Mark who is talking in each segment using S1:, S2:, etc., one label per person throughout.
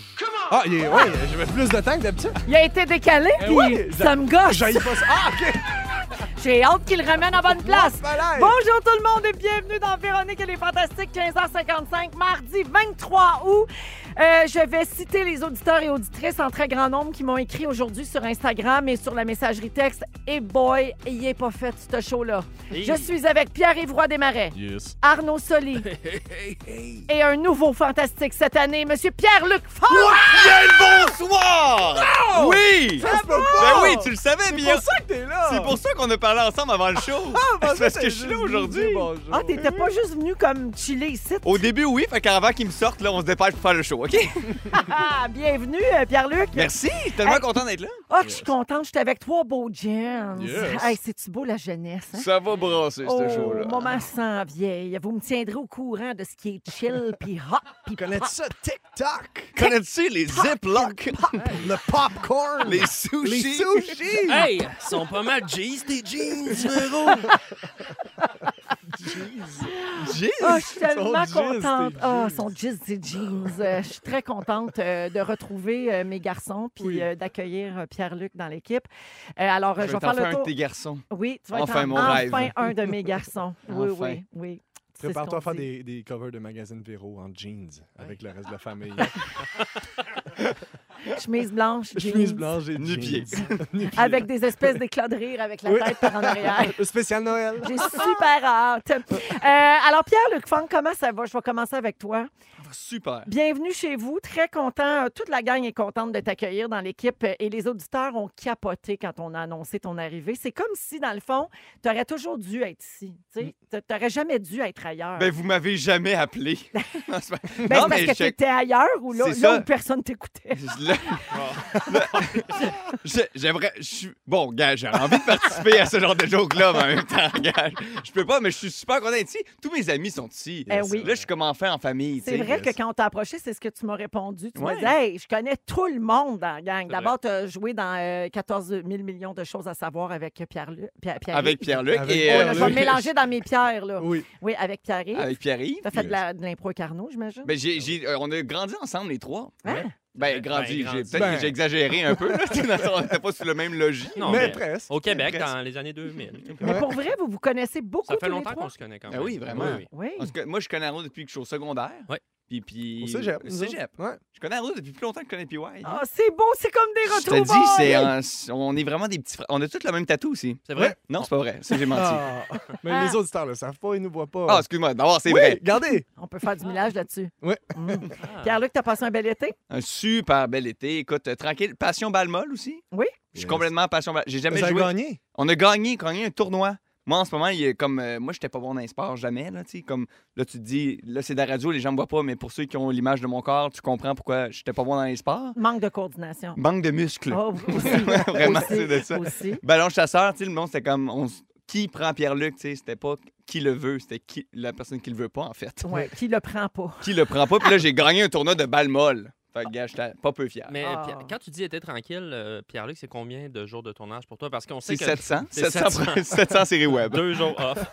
S1: Ah, il est, ouais, j'avais plus de temps que d'habitude.
S2: Il a été décalé, puis
S1: ouais,
S2: ça me gosse.
S1: J'aille pas ça. Ah, OK.
S2: J'ai hâte qu'il le ramène à bonne place.
S1: Malade.
S2: Bonjour tout le monde et bienvenue dans Véronique et les Fantastiques, 15h55, mardi 23 août. Euh, je vais citer les auditeurs et auditrices en très grand nombre qui m'ont écrit aujourd'hui sur Instagram et sur la messagerie texte. Et boy, il est pas fait, ce show-là. Je suis avec Pierre-Yves Roy Desmarais,
S3: Yes.
S2: Arnaud Soli et un nouveau fantastique cette année, Monsieur Pierre-Luc Fort.
S3: Bien le bonsoir! Oui!
S1: Ça se peut pas.
S3: Ben oui, tu le savais,
S1: C'est
S3: bien.
S1: pour ça que t'es là.
S3: C'est pour ça qu'on a parlé ensemble avant le show.
S1: parce
S3: C'est parce que je suis là aujourd'hui.
S1: Bonjour.
S2: Ah, t'étais pas juste venu comme chiller ici.
S3: Au début, oui, fait qu'avant qu'ils me sortent, là, on se dépêche pour faire le show, OK?
S2: Ah, bienvenue, euh, Pierre-Luc.
S3: Merci! Tellement content d'être là.
S2: Ah, je suis contente, j'étais avec toi, beau jeans.
S3: Yes.
S2: Hey, c'est-tu beau la jeunesse? Hein?
S3: Ça va brasser,
S2: Oh, moment sans vieille. Vous me tiendrez au courant de ce qui est chill, puis hot, puis
S1: Connais-tu ça? TikTok.
S3: Connais-tu les ziplocs?
S1: Le popcorn.
S3: Les sushis? Ah,
S1: Les sushis.
S4: Hey, ils sont pas mal jeans, tes jeans, Véro.
S3: Jeez.
S2: Oh, je suis tellement
S1: Son jizz,
S2: contente.
S1: tes
S2: Ah, son jizz et jeans. Euh, je suis très contente euh, de retrouver euh, mes garçons puis euh, d'accueillir euh, Pierre-Luc dans l'équipe. Euh, alors, euh,
S3: Je
S2: je
S3: vais
S2: vais
S3: t'en
S2: faire
S3: faire
S2: le
S3: un de
S2: tour.
S3: tes garçons.
S2: Oui, tu vas
S3: Enfin,
S2: être en-
S3: mon
S2: enfin
S3: rêve.
S2: un de mes garçons. Oui,
S3: Enfin.
S2: oui, oui. C'est ce
S1: Prépare-toi à
S2: qu'on
S1: faire
S2: dit.
S1: des, des covers de magazine Véro en jeans avec le reste de la famille.
S2: Ah, Chemises blanches,
S1: Chemise
S2: jeans,
S1: blanche et
S3: Nu-pieds.
S1: jeans. Nu-pieds.
S2: avec des espèces d'éclats de rire avec la
S1: Oui.
S2: tête par en arrière.
S1: Le spécial Noël.
S2: J'ai super hâte. Euh, alors, Pierre-Luc Fong, comment ça va? Je vais commencer avec toi.
S3: Super.
S2: Bienvenue chez vous. Très content. Euh, Toute la gang est contente de t'accueillir dans l'équipe. Euh, Et les auditeurs ont capoté quand on a annoncé ton arrivée. C'est comme si, dans le fond, tu aurais toujours dû être ici. Tu n'aurais jamais dû être ailleurs.
S3: Mm. Ben, vous m'avez jamais appelé. Non, c'est pas-
S2: Ben, c'est parce que
S3: je-
S2: tu étais ailleurs ou là,
S3: C'est
S2: là
S3: ça.
S2: où personne t'écoutait.
S3: Là- Là- Je- J'aimerais. Je suis. Bon, gars, j'aurais envie de participer à ce genre de joke-là, mais en même temps, gars. Je peux pas, mais je suis super content d'être ici. Tous mes amis sont ici. euh,
S2: Eh oui.
S3: Là, je suis comme enfant en famille. euh,
S2: C'est
S3: tu sais.
S2: vrai que quand on t'a approché, c'est ce que tu m'as répondu. Tu m'as
S3: Ouais.
S2: dit, hey, je connais tout le monde dans la gang.
S3: C'est vrai.
S2: D'abord, tu as joué dans euh, 14 000 millions de choses à savoir avec Pierre-Luc. Pierre, Pierre-
S3: Avec Pierre-Luc
S1: Avec
S3: et. euh,
S2: Oh, là,
S1: Pierre-Luc.
S2: je vais me mélanger dans mes pierres, là.
S1: Oui.
S2: Oui, avec Pierre-Yves.
S3: Avec Pierre-Yves.
S2: T'as fait de la- de l'impro Carnot, j'imagine?
S3: Ben, j'ai- j'ai- euh, on a grandi ensemble, les trois.
S2: Hein?
S3: Ben, grandi.
S4: Ben,
S3: j'ai-
S4: grandi.
S3: Peut-être
S1: Ben.
S3: que j'ai exagéré un peu. Là. on n'était pas sous le même logis.
S4: Non,
S1: mais
S4: mais-
S1: presque.
S4: Au Québec,
S3: Presque.
S4: dans les années 2000.
S2: Mais
S1: Ouais.
S2: pour vrai, vous vous connaissez beaucoup
S4: Ça fait
S2: tous les
S4: longtemps
S2: trois?
S4: qu'on se connaît quand
S3: Ben
S4: même.
S3: oui, vraiment.
S4: Oui, oui.
S2: Oui.
S3: On se con- Moi, je connais Arnaud depuis que je suis au secondaire.
S4: Ouais.
S3: Puis, puis...
S1: Au cégep. nous
S3: Cégep.
S1: autres. Ouais.
S3: Je connais Arnaud depuis plus longtemps que je connais PY.
S2: Ah, c'est beau, c'est comme des
S3: Je te
S2: retrouvailles.
S3: dis, c'est un- on est vraiment des petits frères. On a tous le même tatou aussi.
S4: C'est vrai?
S3: Non, c'est pas vrai. Ça, j'ai menti. Ah,
S1: Ah. Mais les auditeurs le savent pas, ils nous voient pas.
S3: excuse-moi. D'abord, c'est
S1: Oui,
S3: vrai.
S1: Regardez.
S2: On peut faire du millage là-dessus.
S1: Ouais.
S2: Mm.
S4: Ah.
S2: Pierre-Luc, t'as passé un bel été?
S3: Un super bel été. Écoute, euh, tranquille. Passion Balmol aussi.
S2: Oui.
S3: Je suis
S1: Yes.
S3: complètement passion Balmol. J'ai jamais
S1: Vous avez
S3: joué.
S1: gagné.
S3: On a gagné, gagné un tournoi. Moi, en ce moment, il est comme. euh, moi, j'étais pas bon dans les sports, jamais. Là, tu sais, comme, là, tu te dis, là, c'est de la radio, les gens me voient pas, mais pour ceux qui ont l'image de mon corps, tu comprends pourquoi j'étais pas bon dans les sports.
S2: Manque de coordination.
S3: Manque de muscles.
S2: Oh, aussi.
S3: Vraiment,
S2: Aussi,
S3: c'est de ça.
S2: Aussi.
S3: Ballon Ben chasseur, tu sais, le monde, c'était comme. on s- qui prend Pierre-Luc, tu sais, c'était pas qui le veut, c'était qui la personne qui le veut pas, en fait.
S2: Ouais, qui le prend pas?
S3: qui le prend pas. Puis là, j'ai gagné un tournoi de balle molle. Fait que, gars, j'étais pas peu fier.
S4: Mais
S2: Ah.
S4: Pierre- quand tu dis était tranquille, euh, Pierre-Luc, c'est combien de jours de tournage pour toi? Parce qu'on
S3: C'est
S4: sait que
S3: 700.
S4: c'est
S3: 700, 700 séries web.
S4: deux jours off.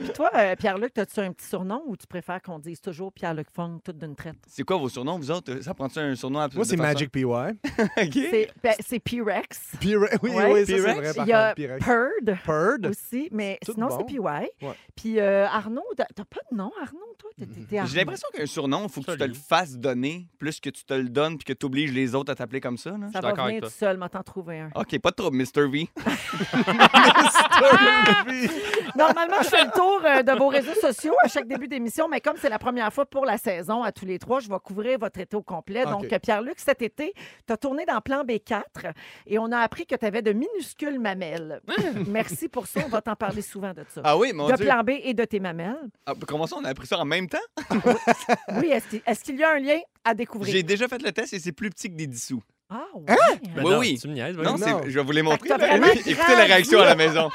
S2: Puis toi, euh, Pierre-Luc, t'as-tu un petit surnom ou tu préfères qu'on dise toujours Pierre-Luc Fong, toute d'une traite?
S3: C'est quoi vos surnoms, vous autres? Ça prend-tu un surnom à
S1: Moi, c'est
S3: de façon-
S1: Magic PY.
S3: OK.
S2: C'est ben, c'est P-Rex.
S1: P- Eh, oui,
S2: Ouais.
S1: oui, ça, c'est
S3: P-Rex.
S1: vrai, par
S2: Il y a
S1: contre, P-Rex.
S2: Purd
S1: Purd.
S2: aussi, mais
S1: Tout
S2: sinon,
S1: bon.
S2: c'est PY. Puis euh, Arnaud, t'as t'as pas de nom, Arnaud, toi? T'es- t'es- t'es
S3: J'ai
S2: Arnaud.
S3: l'impression qu'un surnom, il faut que tu te
S4: Salut.
S3: le fasses donner plus que tu te le donnes puis que tu obliges les autres à t'appeler comme ça. Là.
S2: Ça
S4: suis
S2: va
S4: d'accord avec
S2: venir tout
S4: toi.
S2: seul, mais t'en trouver un.
S3: OK, pas de trouble, Mr. V.
S2: Normalement, je fais le tour euh, de vos réseaux sociaux à chaque début d'émission, mais comme c'est la première fois pour la saison, à tous les trois, je vais couvrir votre été au complet.
S1: OK.
S2: Donc, euh, Pierre-Luc, cet été, tu as tourné dans Plan B4 et on a appris que tu avais de minuscules mamelles. Merci pour ça, on va t'en parler souvent de ça.
S3: Ah oui, mon
S2: de
S3: Dieu.
S2: Plan B et de tes mamelles.
S3: Ah, comment ça, on a appris ça en même temps?
S2: Oui, est-ce qu'il est-ce qu'il y a un lien à
S3: J'ai
S2: découvrir?
S3: déjà fait le test et c'est plus petit que des dissous.
S2: Ah, ouais.
S3: Ben
S4: non,
S3: oui.
S4: Tu me niaises,
S3: Non,
S4: voyons.
S3: c'est- je vais vous les montrer.
S2: t'as
S3: mais
S2: vraiment
S3: oui,
S2: grandi.
S3: écoutez la réaction à la maison.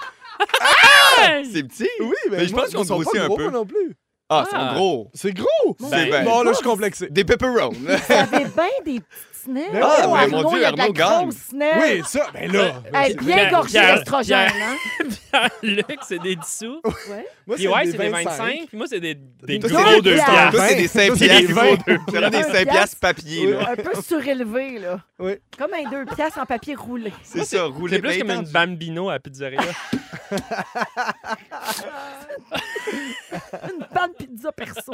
S3: Ah! C'est petit.
S1: Oui, mais,
S3: Mais je
S1: moi,
S3: pense
S1: ils
S3: qu'on
S1: sont
S3: grossit
S1: pas
S3: un
S1: gros,
S3: peu.
S1: moi non plus.
S3: Ah,
S4: Ah.
S3: c'est gros.
S1: C'est gros.
S3: C'est
S4: Ben,
S3: bien.
S1: Bon, là, je suis complexé.
S3: Des pepperones.
S2: T'avais bien des petites snelles.
S1: Ben Ah, ouais.
S3: ben, mon Dieu,
S2: il y a de la
S3: Arnaud gagne.
S2: grosse snelle.
S1: Oui, ça, ben là.
S2: Hey,
S1: c'est-
S2: bien
S4: Pierre-
S2: gorgé
S4: Pierre-
S2: d'estrogène, hein?
S4: Luc, c'est des 10 sous.
S1: Moi,
S4: Puis ouais, c'est des 25. Puis moi, c'est des, des
S3: Toi,
S4: gros
S3: c'est-
S4: 2
S2: piastres.
S3: Toi,
S4: piastres.
S3: c'est des 5
S1: Toi, c'est des
S3: piastres.
S1: vingt.
S3: gros deux. C'est des
S2: Un
S3: 5 piastres
S2: piastre.
S3: papier.
S1: Oui.
S3: là.
S2: Un peu surélevé, là.
S1: Oui.
S2: Comme un deux piastres en papier roulé.
S3: C'est ça, rouler
S4: C'est plus comme une bambino à la pizzeria.
S2: Une panne pizza perso.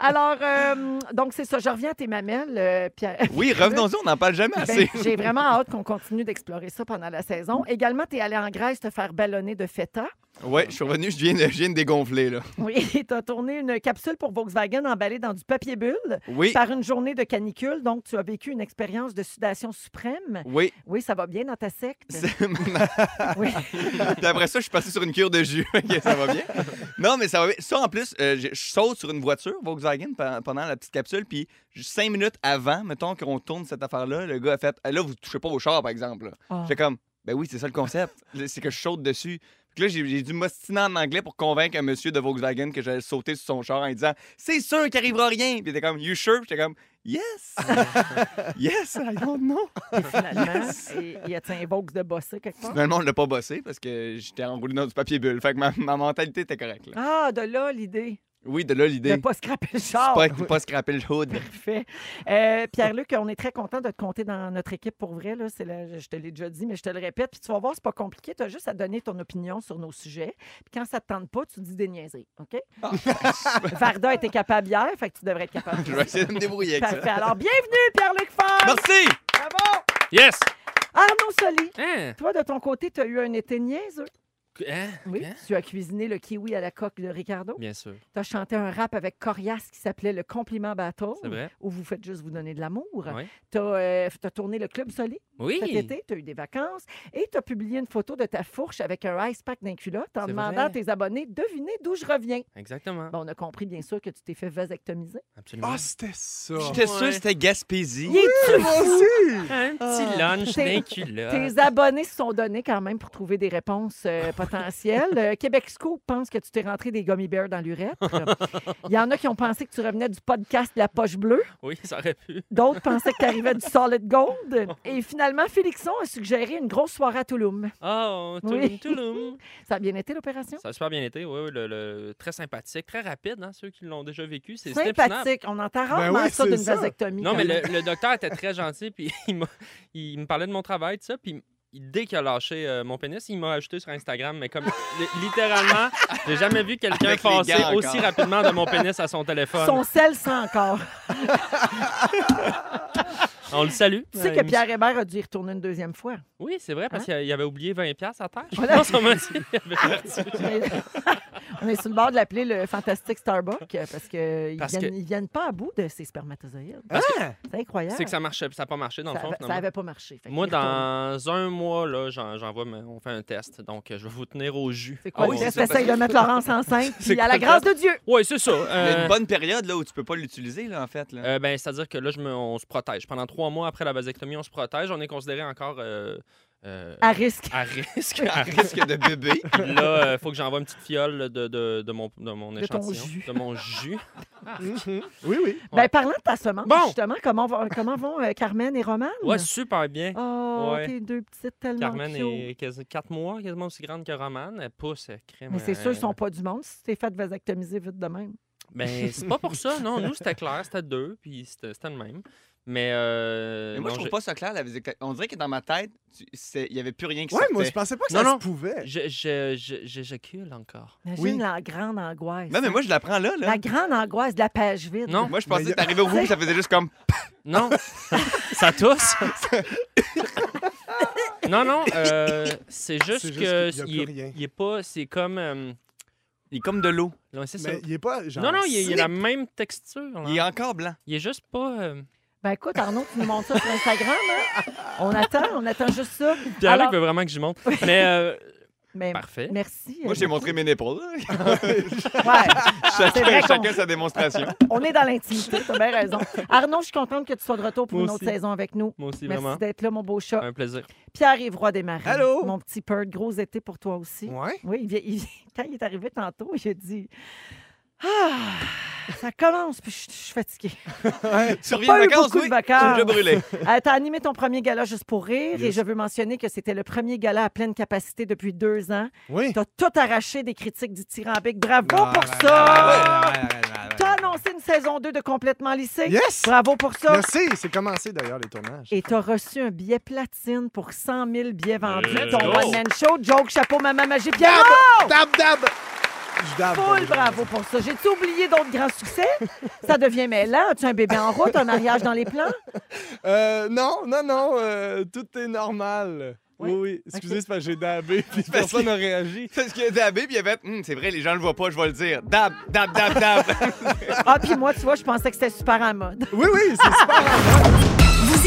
S2: Alors, euh, donc, c'est ça. Je reviens à tes mamelles, euh, Pierre.
S3: Oui, revenons-y, on n'en parle jamais
S2: Ben,
S3: assez.
S2: J'ai vraiment hâte qu'on continue d'explorer ça pendant la saison. Également, tu es allé en Grèce te faire ballonner de feta.
S3: Ouais, je suis revenu, je viens de, je viens de dégonfler, là.
S2: Oui, tu as tourné une capsule pour Volkswagen emballée dans du papier bulle
S3: Oui,
S2: par une journée de canicule. Donc, tu as vécu une expérience de sudation suprême.
S3: oui.
S2: Oui, ça va bien dans ta secte.
S3: C'est-
S2: Oui.
S3: Puis après ça, je suis passé sur une cure de jus. Ok, ça va bien. Non, mais ça va bien. Ça, en plus, euh, je je saute sur une voiture Volkswagen pe- pendant la petite capsule. Puis j- cinq minutes avant, mettons qu'on tourne cette affaire-là, le gars a fait Eh, Là, vous touchez pas au char, par exemple. là.
S2: Ah.
S3: J'étais comme Ben oui, c'est ça le concept. Là, c'est que je saute dessus. Puis là, j'ai j'ai dû m'ostiner en anglais pour convaincre un monsieur de Volkswagen que j'allais sauter sur son char en lui disant C'est sûr qu'il arrivera rien. Puis il était comme You sure Puis j'étais comme Yes Yes, I don't know.
S2: Et finalement, et- il y a un Volks de bosser quelque part.
S3: Finalement, on l'a pas bossé parce que j'étais enroulé dans du papier bulle. Fait que ma, ma mentalité était correcte. là.
S2: Ah, de là l'idée
S3: Oui, de là
S2: de
S3: l'idée.
S2: pas scraper le char.
S3: Pas, pas scraper le hood.
S2: Parfait. Euh, Pierre-Luc, on est très content de te compter dans notre équipe pour vrai. Là. C'est la- je te l'ai déjà dit, mais je te le répète. Puis tu vas voir, c'est pas compliqué. Tu as juste à donner ton opinion sur nos sujets. Puis quand ça te tente pas, tu dis des niaiseries. OK? Varda était capable hier, fait que tu devrais être capable.
S3: Je vais essayer de me débrouiller avec ça.
S2: Parfait. Alors, bienvenue, Pierre-Luc Fort.
S3: Merci!
S2: Bravo.
S4: yes!
S2: Arnaud Soli,
S4: Hein?
S2: toi, de ton côté, tu as eu un été niaiseux.
S4: Hein?
S2: Oui.
S4: Hein?
S2: Tu as cuisiné le kiwi à la coque de Ricardo.
S4: Bien sûr,
S2: Tu as chanté un rap avec Corias qui s'appelait Le Compliment Bateau.
S4: c'est vrai.
S2: Où vous faites juste vous donner de l'amour.
S4: Oui.
S2: Tu as, euh, t'as tourné le Club Soli
S4: Oui.
S2: cet été, tu as eu des vacances et tu as publié une photo de ta fourche avec un ice pack d'un culotte en
S4: C'est
S2: demandant
S4: vrai.
S2: à tes abonnés devinez d'où je reviens.
S4: Exactement.
S2: Bon, on a compris bien sûr que tu t'es fait vasectomiser.
S4: Absolument.
S1: Ah, c'était ça.
S3: J'étais sûr que
S4: Ouais.
S3: c'était Gaspésie.
S2: Il est-tu
S1: Moi
S2: fou?
S1: aussi.
S4: un petit lunch
S2: Oh. T'es-
S4: d'un culotte.
S2: Tes abonnés se sont donnés quand même pour trouver des réponses euh, potentielles. Euh, Québec Scoop pense que tu t'es rentré des gummy bears dans l'urette. Il y en a qui ont pensé que tu revenais du podcast La Poche Bleue.
S4: Oui, ça aurait pu.
S2: D'autres pensaient que tu arrivais du Solid Gold. Et finalement, Félixon a suggéré une grosse soirée à Touloum.
S4: Oh, touloum,
S2: Oui.
S4: touloum.
S2: Ça a bien été l'opération?
S4: Ça a super bien été. Oui, oui, le, le- très sympathique, très rapide, hein, ceux qui l'ont déjà vécu. C'est c'est imprenable.
S2: Sympathique. On entend rarement
S1: Ben oui,
S2: ça
S1: c'est
S2: d'une
S1: ça.
S2: vasectomie.
S4: Non,
S2: quand
S4: mais
S2: même.
S4: le, le docteur était très gentil, puis il, m'a- il me parlait de mon travail, tout ça, puis il- dès qu'il a lâché euh, mon pénis, il m'a ajouté sur Instagram, mais comme li- littéralement, j'ai jamais vu quelqu'un
S3: Avec les
S4: passer
S3: gars
S4: aussi
S3: encore.
S4: rapidement de mon pénis à son téléphone.
S2: Son sel sent encore.
S4: On le salue.
S2: Tu sais
S4: Euh,
S2: que
S4: il me-
S2: Pierre Hébert a dû y retourner une deuxième fois.
S4: Oui, c'est vrai, parce qu'il avait oublié 20$ piastres à terre. Je
S2: Voilà.
S4: pense qu'on m'a dit qu'il avait perdu.
S2: Mais- On est sur le bord de l'appeler le fantastique Starbuck euh, parce qu'ils
S4: Parce
S2: viennent,
S4: que-
S2: ils viennent pas à bout de ces spermatozoïdes.
S1: Ah!
S2: C'est incroyable.
S4: C'est que ça marchait, ça n'a pas marché dans le
S2: Ça
S4: fond,
S2: avait- ça
S4: finalement.
S2: avait pas marché. Fait
S4: Moi,
S2: qu'il est retourné.
S4: dans un mois, là, j'en- j'envoie, mais on fait un test. Donc, euh, je vais vous tenir au jus.
S2: C'est quoi
S3: Ah oui,
S2: le test?
S3: c'est ça,
S2: Essaye de mettre Laurence enceinte.
S4: C'est
S2: Puis à la
S4: quoi le
S2: grâce de Dieu.
S4: Oui, c'est ça.
S3: Il y a
S4: euh,
S3: une bonne période là, où tu peux pas l'utiliser, là, en fait. Là.
S4: euh, ben, C'est-à-dire que là, je me- on se protège. Pendant trois mois après la vasectomie, on se protège. On est considéré encore euh, euh,
S2: À risque.
S4: à risque.
S3: À risque de bébé.
S4: Puis là, il faut que j'envoie une petite fiole de, de, de mon, de mon
S2: De ton
S4: échantillon.
S2: jus.
S4: De mon jus.
S1: Mhm. Oui, oui.
S2: Ben,
S4: ouais.
S2: parlant de ta semence,
S4: Bon.
S2: justement, comment vont, comment vont euh, Carmen et Romane?
S4: Ouais, super bien.
S2: Oh,
S4: Ouais.
S2: tes deux petites tellement
S4: Carmen
S2: cute.
S4: est quasi- quatre mois, quasiment aussi grande que Romane. Elle pousse, elle crème.
S2: Mais c'est sûr,
S4: euh,
S2: ils sont pas du monde si tu t'es fait vasectomiser vite de même.
S4: Ben, c'est pas pour ça, non. Nous, c'était clair, c'était deux, puis c'était c'était le même. Mais. euh,
S3: Mais moi, je
S4: non,
S3: trouve
S4: j'ai-
S3: pas ça clair. La visite. On dirait que dans ma tête, tu- c'est- il y avait plus rien qui
S1: Ouais,
S3: sortait.
S1: moi, je pensais pas que
S4: Non,
S1: ça
S4: non.
S1: se pouvait.
S4: je- je- je- J'éjacule encore.
S2: Imagine
S1: Oui.
S2: la grande angoisse.
S3: Non, mais moi, je la prends là. là.
S2: La grande angoisse de la page vide.
S4: Non,
S3: Moi, je
S1: Mais
S3: pensais
S1: y
S3: que
S1: a-
S3: t'arrivais au bout, puis ça faisait juste comme.
S4: non. ça tousse. non, non. euh, c'est juste,
S1: C'est juste
S4: que.
S1: qu'il y a
S4: il est-
S1: plus rien.
S4: Il est pas. C'est comme. euh,
S3: Il est comme de l'eau.
S4: non, c'est ça.
S1: Mais il est pas genre.
S4: Non, non, il, est- il a la
S1: slip.
S4: même texture. là.
S3: Il est encore blanc.
S4: Il est juste pas. euh,
S2: Ben écoute, Arnaud, tu nous montres ça sur Instagram. hein? On attend, on attend juste ça.
S4: Pierre-Luc
S2: Alors-
S4: veut vraiment que j'y monte. Mais euh,
S2: Mais
S4: Parfait.
S2: merci.
S3: Moi, j'ai
S2: Nicky.
S3: montré mes nipples.
S2: Ouais, vrai
S3: chacun,
S2: qu'on-
S3: chacun sa démonstration.
S2: on est dans l'intimité, t'as bien raison. Arnaud, je suis contente que tu sois de retour pour
S4: Moi
S2: une
S4: aussi.
S2: autre saison avec nous.
S4: Moi aussi,
S2: Merci
S4: vraiment.
S2: d'être là, mon beau chat.
S4: Un plaisir.
S2: Pierre-Yves Roy des Marais.
S1: Allô?
S2: Mon petit Perd, gros été pour toi aussi.
S1: Ouais.
S2: Oui, il vient- il vient- quand il est arrivé tantôt, il a dit Ah, ça commence, puis je je suis fatiguée.
S3: tu reviens
S2: Pas
S3: de
S2: eu
S3: vacances,
S2: beaucoup
S3: oui?
S2: de vacances.
S3: Je brûlais.
S2: Euh, T'as animé ton premier gala juste pour rire et
S1: Yes.
S2: je veux mentionner que c'était le premier gala à pleine capacité depuis deux ans.
S1: Oui.
S2: T'as tout arraché des critiques dithyrambiques. Bravo
S1: Ah,
S2: pour
S1: là,
S2: ça!
S1: là, là, là, là, là, là, là.
S2: T'as annoncé une saison 2 de Complètement lycée.
S1: Yes!
S2: Bravo pour ça.
S1: Merci, c'est commencé d'ailleurs les tournages.
S2: Et t'as reçu un billet platine pour 100 000 billets vendus.
S4: Let's
S2: Ton
S4: go.
S2: one-man show, joke, chapeau, maman magie, Pierre.
S1: Dab, dab! Je dab.
S2: Full bravo pour ça. J'ai-tu oublié d'autres grands succès? Ça devient mêlant. As-tu un bébé en route, un mariage dans les plans?
S1: Euh, non, non, non, euh, tout est normal.
S2: Ouais.
S1: Oui, oui. Excusez,
S2: Ok.
S1: c'est parce que j'ai dabé, puis
S3: parce
S1: personne n'a réagi.
S3: Parce que Dabé, puis il avait fait, Hum, c'est vrai, les gens le voient pas, je vais le dire. Dab, dab, dab, dab.
S2: Ah, puis moi, tu vois, je pensais que c'était super en mode.
S1: Oui, oui, c'est super.
S5: Vous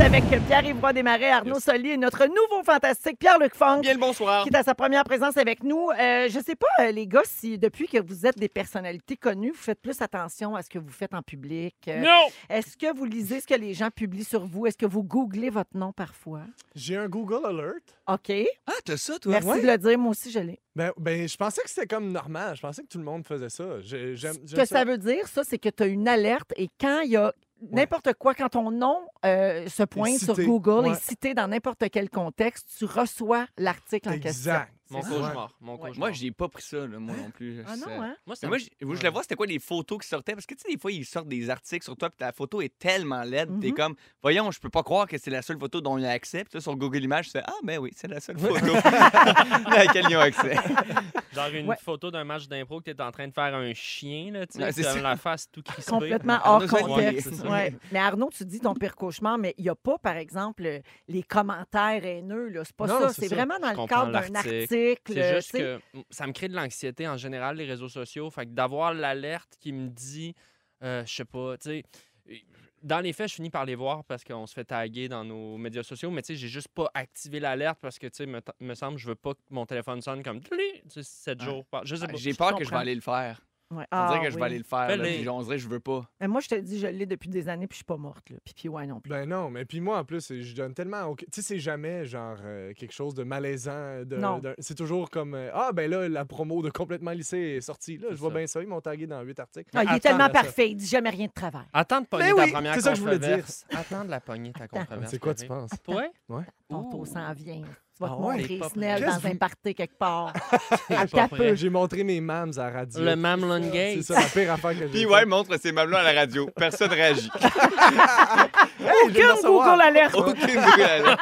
S2: C'est avec Pierre-Yves Roy Desmarais, Arnaud Soli et notre nouveau fantastique Pierre-Luc Funk.
S3: Bien le bonsoir.
S2: Qui est à sa première présence avec nous. Euh, je sais pas, euh, les gars, si depuis que vous êtes des personnalités connues, vous faites plus attention à ce que vous faites en public. Euh,
S4: Non!
S2: Est-ce que vous lisez ce que les gens publient sur vous? Est-ce que vous googlez votre nom parfois?
S1: J'ai un Google Alert.
S2: OK.
S3: Ah, t'as ça, toi?
S2: Merci de le dire. Moi aussi, je l'ai.
S1: Ben, ben, je pensais que c'était comme normal. Je pensais que tout le monde faisait ça. J'ai- J'aime
S2: Ce
S1: j'aime
S2: que ça veut dire, ça, c'est que tu as une alerte et quand il y a n'importe quoi, quand ton nom euh, se pointe sur
S1: cité.
S2: Google et
S1: Ouais.
S2: cité dans n'importe quel contexte, tu reçois l'article en question.
S1: Exact.
S4: Mon
S1: C'est ça.
S4: cauchemar. Mon
S2: Ouais.
S4: cauchemar.
S3: Moi, j'ai pas pris ça, là, moi non plus.
S2: Ah
S3: Ça-
S2: non, hein?
S4: Moi, c'est
S3: Mais moi, j- moi, je le vois, c'était quoi les photos qui sortaient? Parce que, tu sais, des fois, ils sortent des articles sur toi, puis ta photo est tellement laide. T'es
S2: Mhm.
S3: comme, voyons, je peux pas croire que c'est la seule photo dont ils ont accès. Puis là, sur Google Images, tu fais, ah, ben oui, c'est la seule photo à laquelle ils ont accès.
S4: Genre une
S2: Ouais.
S4: photo d'un match d'impro que t'es en train de faire un chien, là, tu
S3: Ouais,
S4: sais,
S3: c'est
S4: comme
S3: ça.
S4: la face tout crispée.
S2: Complètement hors
S3: Arnaud Soli,
S2: contexte.
S4: c'est ça.
S2: Ouais. Mais Arnaud, tu dis ton pire cauchemar, mais il n'y a pas, par exemple, euh, les commentaires haineux. là. C'est pas
S1: Non,
S2: ça.
S1: c'est
S2: C'est
S1: ça.
S2: vraiment dans
S4: Je
S2: le
S4: comprends
S2: cadre d'un
S4: l'article.
S2: article. euh,
S4: C'est juste
S2: tu sais.
S4: que mm, ça me crée de l'anxiété en général, les réseaux sociaux. Fait que d'avoir l'alerte qui me dit, euh, je sais pas, tu sais. euh, Dans les faits, je finis par les voir parce qu'on se fait taguer dans nos médias sociaux, mais tu sais, j'ai juste pas activé l'alerte parce que, tu sais, me, t- me semble, je veux pas que mon téléphone sonne comme 7
S3: Ouais.
S4: jours. par- Je sais
S1: Ah,
S4: pas.
S3: J'ai
S2: je
S3: peur que je vais
S2: comprends.
S3: aller le faire.
S2: Ouais.
S3: On
S2: Ah,
S3: dirait que je
S2: oui.
S3: vais aller le faire. là,
S4: Fais-le.
S3: puis on dirait, je veux pas.
S2: Mais moi, je te dis, je l'ai depuis des années, puis je suis pas morte. Là. Puis, puis ouais, non plus.
S1: Ben non, mais puis moi en plus, je donne tellement. au- Tu sais, c'est jamais genre euh, quelque chose de malaisant. de-
S2: Non.
S1: d'un- C'est toujours comme euh, ah ben là la promo de complètement lycée est sortie. Là,
S4: C'est
S1: je vois
S4: ça.
S1: bien ça, ils m'ont tagué dans huit articles.
S2: Ah, il est
S4: Attends,
S2: tellement
S4: là, ça.
S2: parfait. Il dit jamais rien de travail.
S4: Attends de pogner
S1: Mais
S4: ta
S1: oui,
S4: première
S1: c'est ça que je voulais dire.
S4: controverse. Attends de la pogner, ta controverse.
S1: C'est quoi tu
S4: Marie.
S1: penses
S4: Toi?
S2: Ton
S4: Oh.
S2: tour s'en vient. Tu vas
S1: Ah
S2: te
S1: ouais?
S4: T'es
S2: montrer
S4: pas
S2: Snell
S1: prêt.
S2: dans
S1: Qu'est-ce
S2: un
S1: que-
S2: party quelque part.
S4: pas
S2: Attends un
S4: prêt.
S2: peu.
S1: J'ai montré mes mams à la radio.
S4: Le Mamlon
S1: C'est
S4: Gate.
S1: ça la pire affaire que j'ai.
S3: Puis ouais, montre ces mamelons à la radio. Personne réagit.
S2: Aucune Google alerte.
S3: Aucune nouvelle.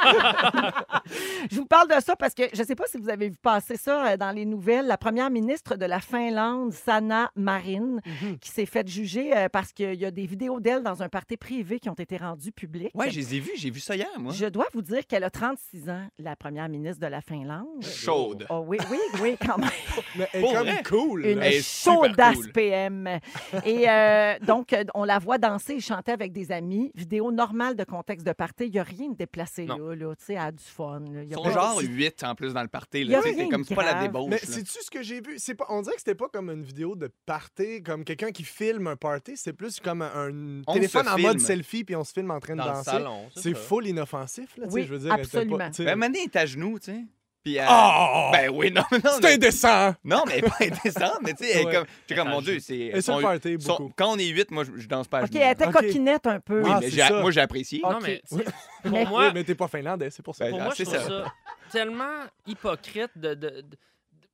S2: Je vous parle de ça parce que je ne sais pas si vous avez vu passer ça euh, dans les nouvelles. La première ministre de la Finlande, Sanna Marin,
S3: Mhm.
S2: qui s'est faite juger euh, parce qu'il y a des vidéos d'elle dans un party privé qui ont été rendues publiques.
S3: Ouais, je les ai vus. J'ai vu hein. ça hier, moi.
S2: je dois vous dire qu'elle a 36 ans, la première ministre de la Finlande.
S3: Euh. Chaude.
S2: Oh oui, oui, oui, quand même.
S1: Mais elle est
S3: Pour
S1: comme
S3: vrai?
S1: cool.
S2: Une
S1: là.
S3: Elle est super
S2: chaudasse
S3: cool.
S2: PM. Et euh, donc, euh, on la voit danser et chanter avec des amis. Vidéo normale de contexte de party. Il n'y a rien de déplacé
S4: Non.
S2: là. là. Tu sais, elle a du fun. là. Il y a
S3: Son
S2: pas-
S3: genre 8 en plus dans le party.
S2: Y a
S3: Là, tu sais,
S2: rien
S3: c'est
S2: de
S3: comme c'est pas la
S2: grave.
S3: débauche.
S1: Mais
S3: là.
S1: c'est-tu ce que j'ai vu? C'est pas, on dirait que c'était pas comme une vidéo de party, comme quelqu'un qui filme un party. C'est plus comme un, un
S3: On
S1: téléphone
S3: se
S1: en
S3: filme.
S1: mode selfie puis on se filme en train de
S4: Dans le
S1: danser.
S4: salon.
S1: C'est
S4: ça.
S1: full inoffensif, là, tu sais,
S2: Oui,
S1: je veux dire. elle était pas-
S2: absolument.
S1: tu sais-
S3: Ben, Mané est à genoux, tu sais. Puis elle-
S1: Oh!
S3: Ben oui, non, non.
S1: c'est
S3: mais-
S1: indécent!
S3: Non, mais pas indécente, mais tu sais, elle est
S1: Ouais.
S3: comme, j'étais comme, mon Dieu,
S1: Et
S3: c'est.
S1: sur
S3: on-
S1: le party,
S3: son-
S1: beaucoup.
S3: quand on est 8, moi, je, je danse pas à
S2: OK,
S3: genoux.
S2: elle était
S1: Ok.
S2: coquinette un peu.
S3: Oui,
S1: Ah,
S3: mais
S1: c'est
S3: j'ai-
S1: ça.
S3: moi, j'ai apprécié.
S4: Non,
S2: Ok.
S4: mais tu sais,
S2: Mais-
S4: pour moi,
S1: Oui, mais t'es pas finlandais, c'est pour ça.
S3: Ben,
S4: pour
S3: Ah,
S4: moi, je
S3: c'est
S4: trouve ça.
S3: ça.
S4: tellement hypocrite de, de, de-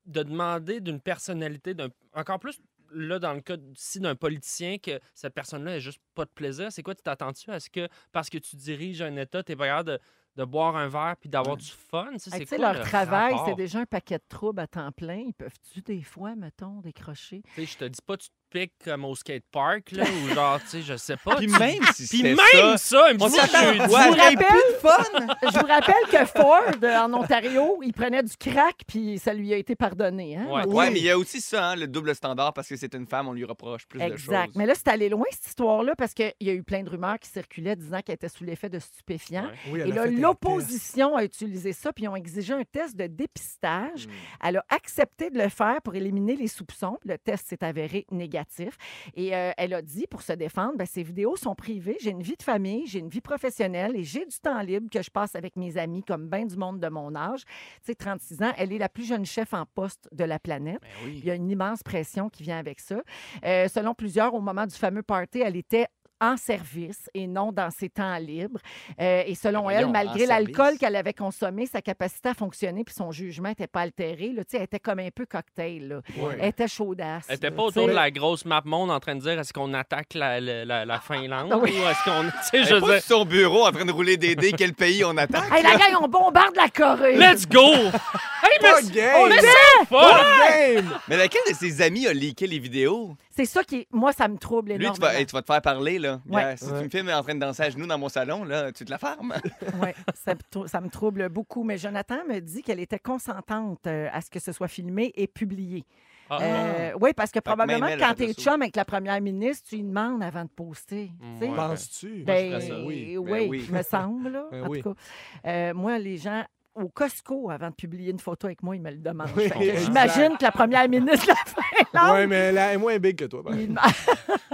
S4: de demander d'une personnalité, d'un, encore plus là dans le cas si d'un politicien que cette personne-là ait juste pas de plaisir. C'est quoi, tu t'attends-tu à ce que parce que tu diriges un État, t'es pas capable de, de boire un verre puis d'avoir du fun? Tu sais,
S2: Hey,
S4: c'est
S2: tu sais,
S4: quoi
S2: leur
S4: le
S2: travail, c'est
S4: rapport?
S2: déjà un paquet de troubles à temps plein. Ils peuvent-tu, des fois, mettons, décrocher?
S4: Tu sais, Je te dis pas, tu te pique comme au skatepark, là, ou genre, tu sais, je sais pas.
S3: Puis
S4: tu-
S3: même si
S4: Puis
S3: c'était
S4: même
S3: ça,
S4: ça, il me
S3: on
S4: dit
S3: s'attend
S4: je-
S3: à quoi?
S2: vous
S3: Hey,
S2: rappelle-
S3: plus de fun!
S2: Je vous rappelle que Ford, euh, en Ontario, il prenait du crack, puis ça lui a été pardonné. hein?
S4: Ouais.
S1: Oui.
S3: Ouais, mais il y a aussi ça, hein, le double standard, parce que c'est une femme, on lui reproche plus
S2: Exact.
S3: de choses.
S2: Mais là, c'est allé loin, cette histoire-là, parce qu'il y a eu plein de rumeurs qui circulaient disant qu'elle était sous l'effet de stupéfiants.
S4: Ouais.
S1: Oui, elle
S2: Et
S1: a
S2: là,
S1: fait un
S2: l'opposition a utilisé ça, puis ils ont exigé un test de dépistage. Elle a accepté de le faire pour éliminer les soupçons. Le test s'est avéré négatif. Et euh, elle a dit, pour se défendre, ben, ces vidéos sont privées. J'ai une vie de famille, j'ai une vie professionnelle et j'ai du temps libre que je passe avec mes amis, comme bien du monde de mon âge. Tu sais, 36 ans, elle est la plus jeune chef en poste de la planète.
S3: Ben
S2: Il
S3: oui.
S2: y a une immense pression qui vient avec ça. Euh, selon plusieurs, au moment du fameux party, elle était en service et non dans ses temps libres. Euh, et selon
S3: Ben
S2: elle,
S3: voyons,
S2: malgré
S3: en
S2: l'alcool
S3: service.
S2: qu'elle avait consommé, sa capacité à fonctionner puis son jugement n'était pas altéré. Là, Tu sais, elle était comme un peu cocktail. là.
S1: Ouais.
S2: Elle était chaudasse.
S4: Elle était
S2: là,
S4: pas
S2: tu
S4: autour de
S2: sais.
S4: la grosse map monde en train de dire est-ce qu'on attaque la, la- la- la Finlande
S2: Ah oui.
S4: ou est-ce qu'on. Tu sais,
S3: Elle
S4: je
S3: est
S4: veux
S3: pas
S4: dire,
S3: sur son bureau en train de rouler des dés, quel pays on attaque.
S2: Hey, la gang, on bombarde la Corée!
S4: Let's go! hey, mais
S1: Pas de
S4: c'est
S1: game!
S2: le
S4: fun!
S1: Pas de game!
S3: Mais laquelle de ses amis a leaké les vidéos?
S2: C'est ça qui, est- moi, ça me trouble
S3: Lui, tu
S2: énormément.
S3: vas, hey, tu vas te faire parler, là.
S2: Ouais.
S3: Gars, Si
S1: Ouais.
S3: tu me filmes en train de danser à genoux dans mon salon, là, tu te la fermes.
S2: Ouais, ça, me trou- ça me trouble beaucoup. Mais Jonathan me dit qu'elle était consentante euh, à ce que ce soit filmé et publié.
S4: Ah,
S2: Euh, oui, parce que
S3: que même
S2: probablement
S3: elle, elle
S2: quand
S3: fait
S2: t'es
S3: ça.
S2: chum avec la première ministre, tu lui demandes avant de poster.
S4: Mm,
S2: tu sais.
S4: ouais.
S1: Penses-tu?
S2: Ben,
S4: Moi, je ferais ça.
S2: oui,
S1: Oui,
S3: ben oui.
S2: me semble. là.
S1: Ben
S2: en
S1: oui.
S2: tout cas, euh, moi, les gens au Costco, avant de publier une photo avec moi, ils me le demandent.
S1: Oui,
S2: Fait que
S1: exact.
S2: J'imagine que la première ministre l'a fait. là.
S1: Ouais, mais elle est moins big que toi, par exemple.
S2: Il-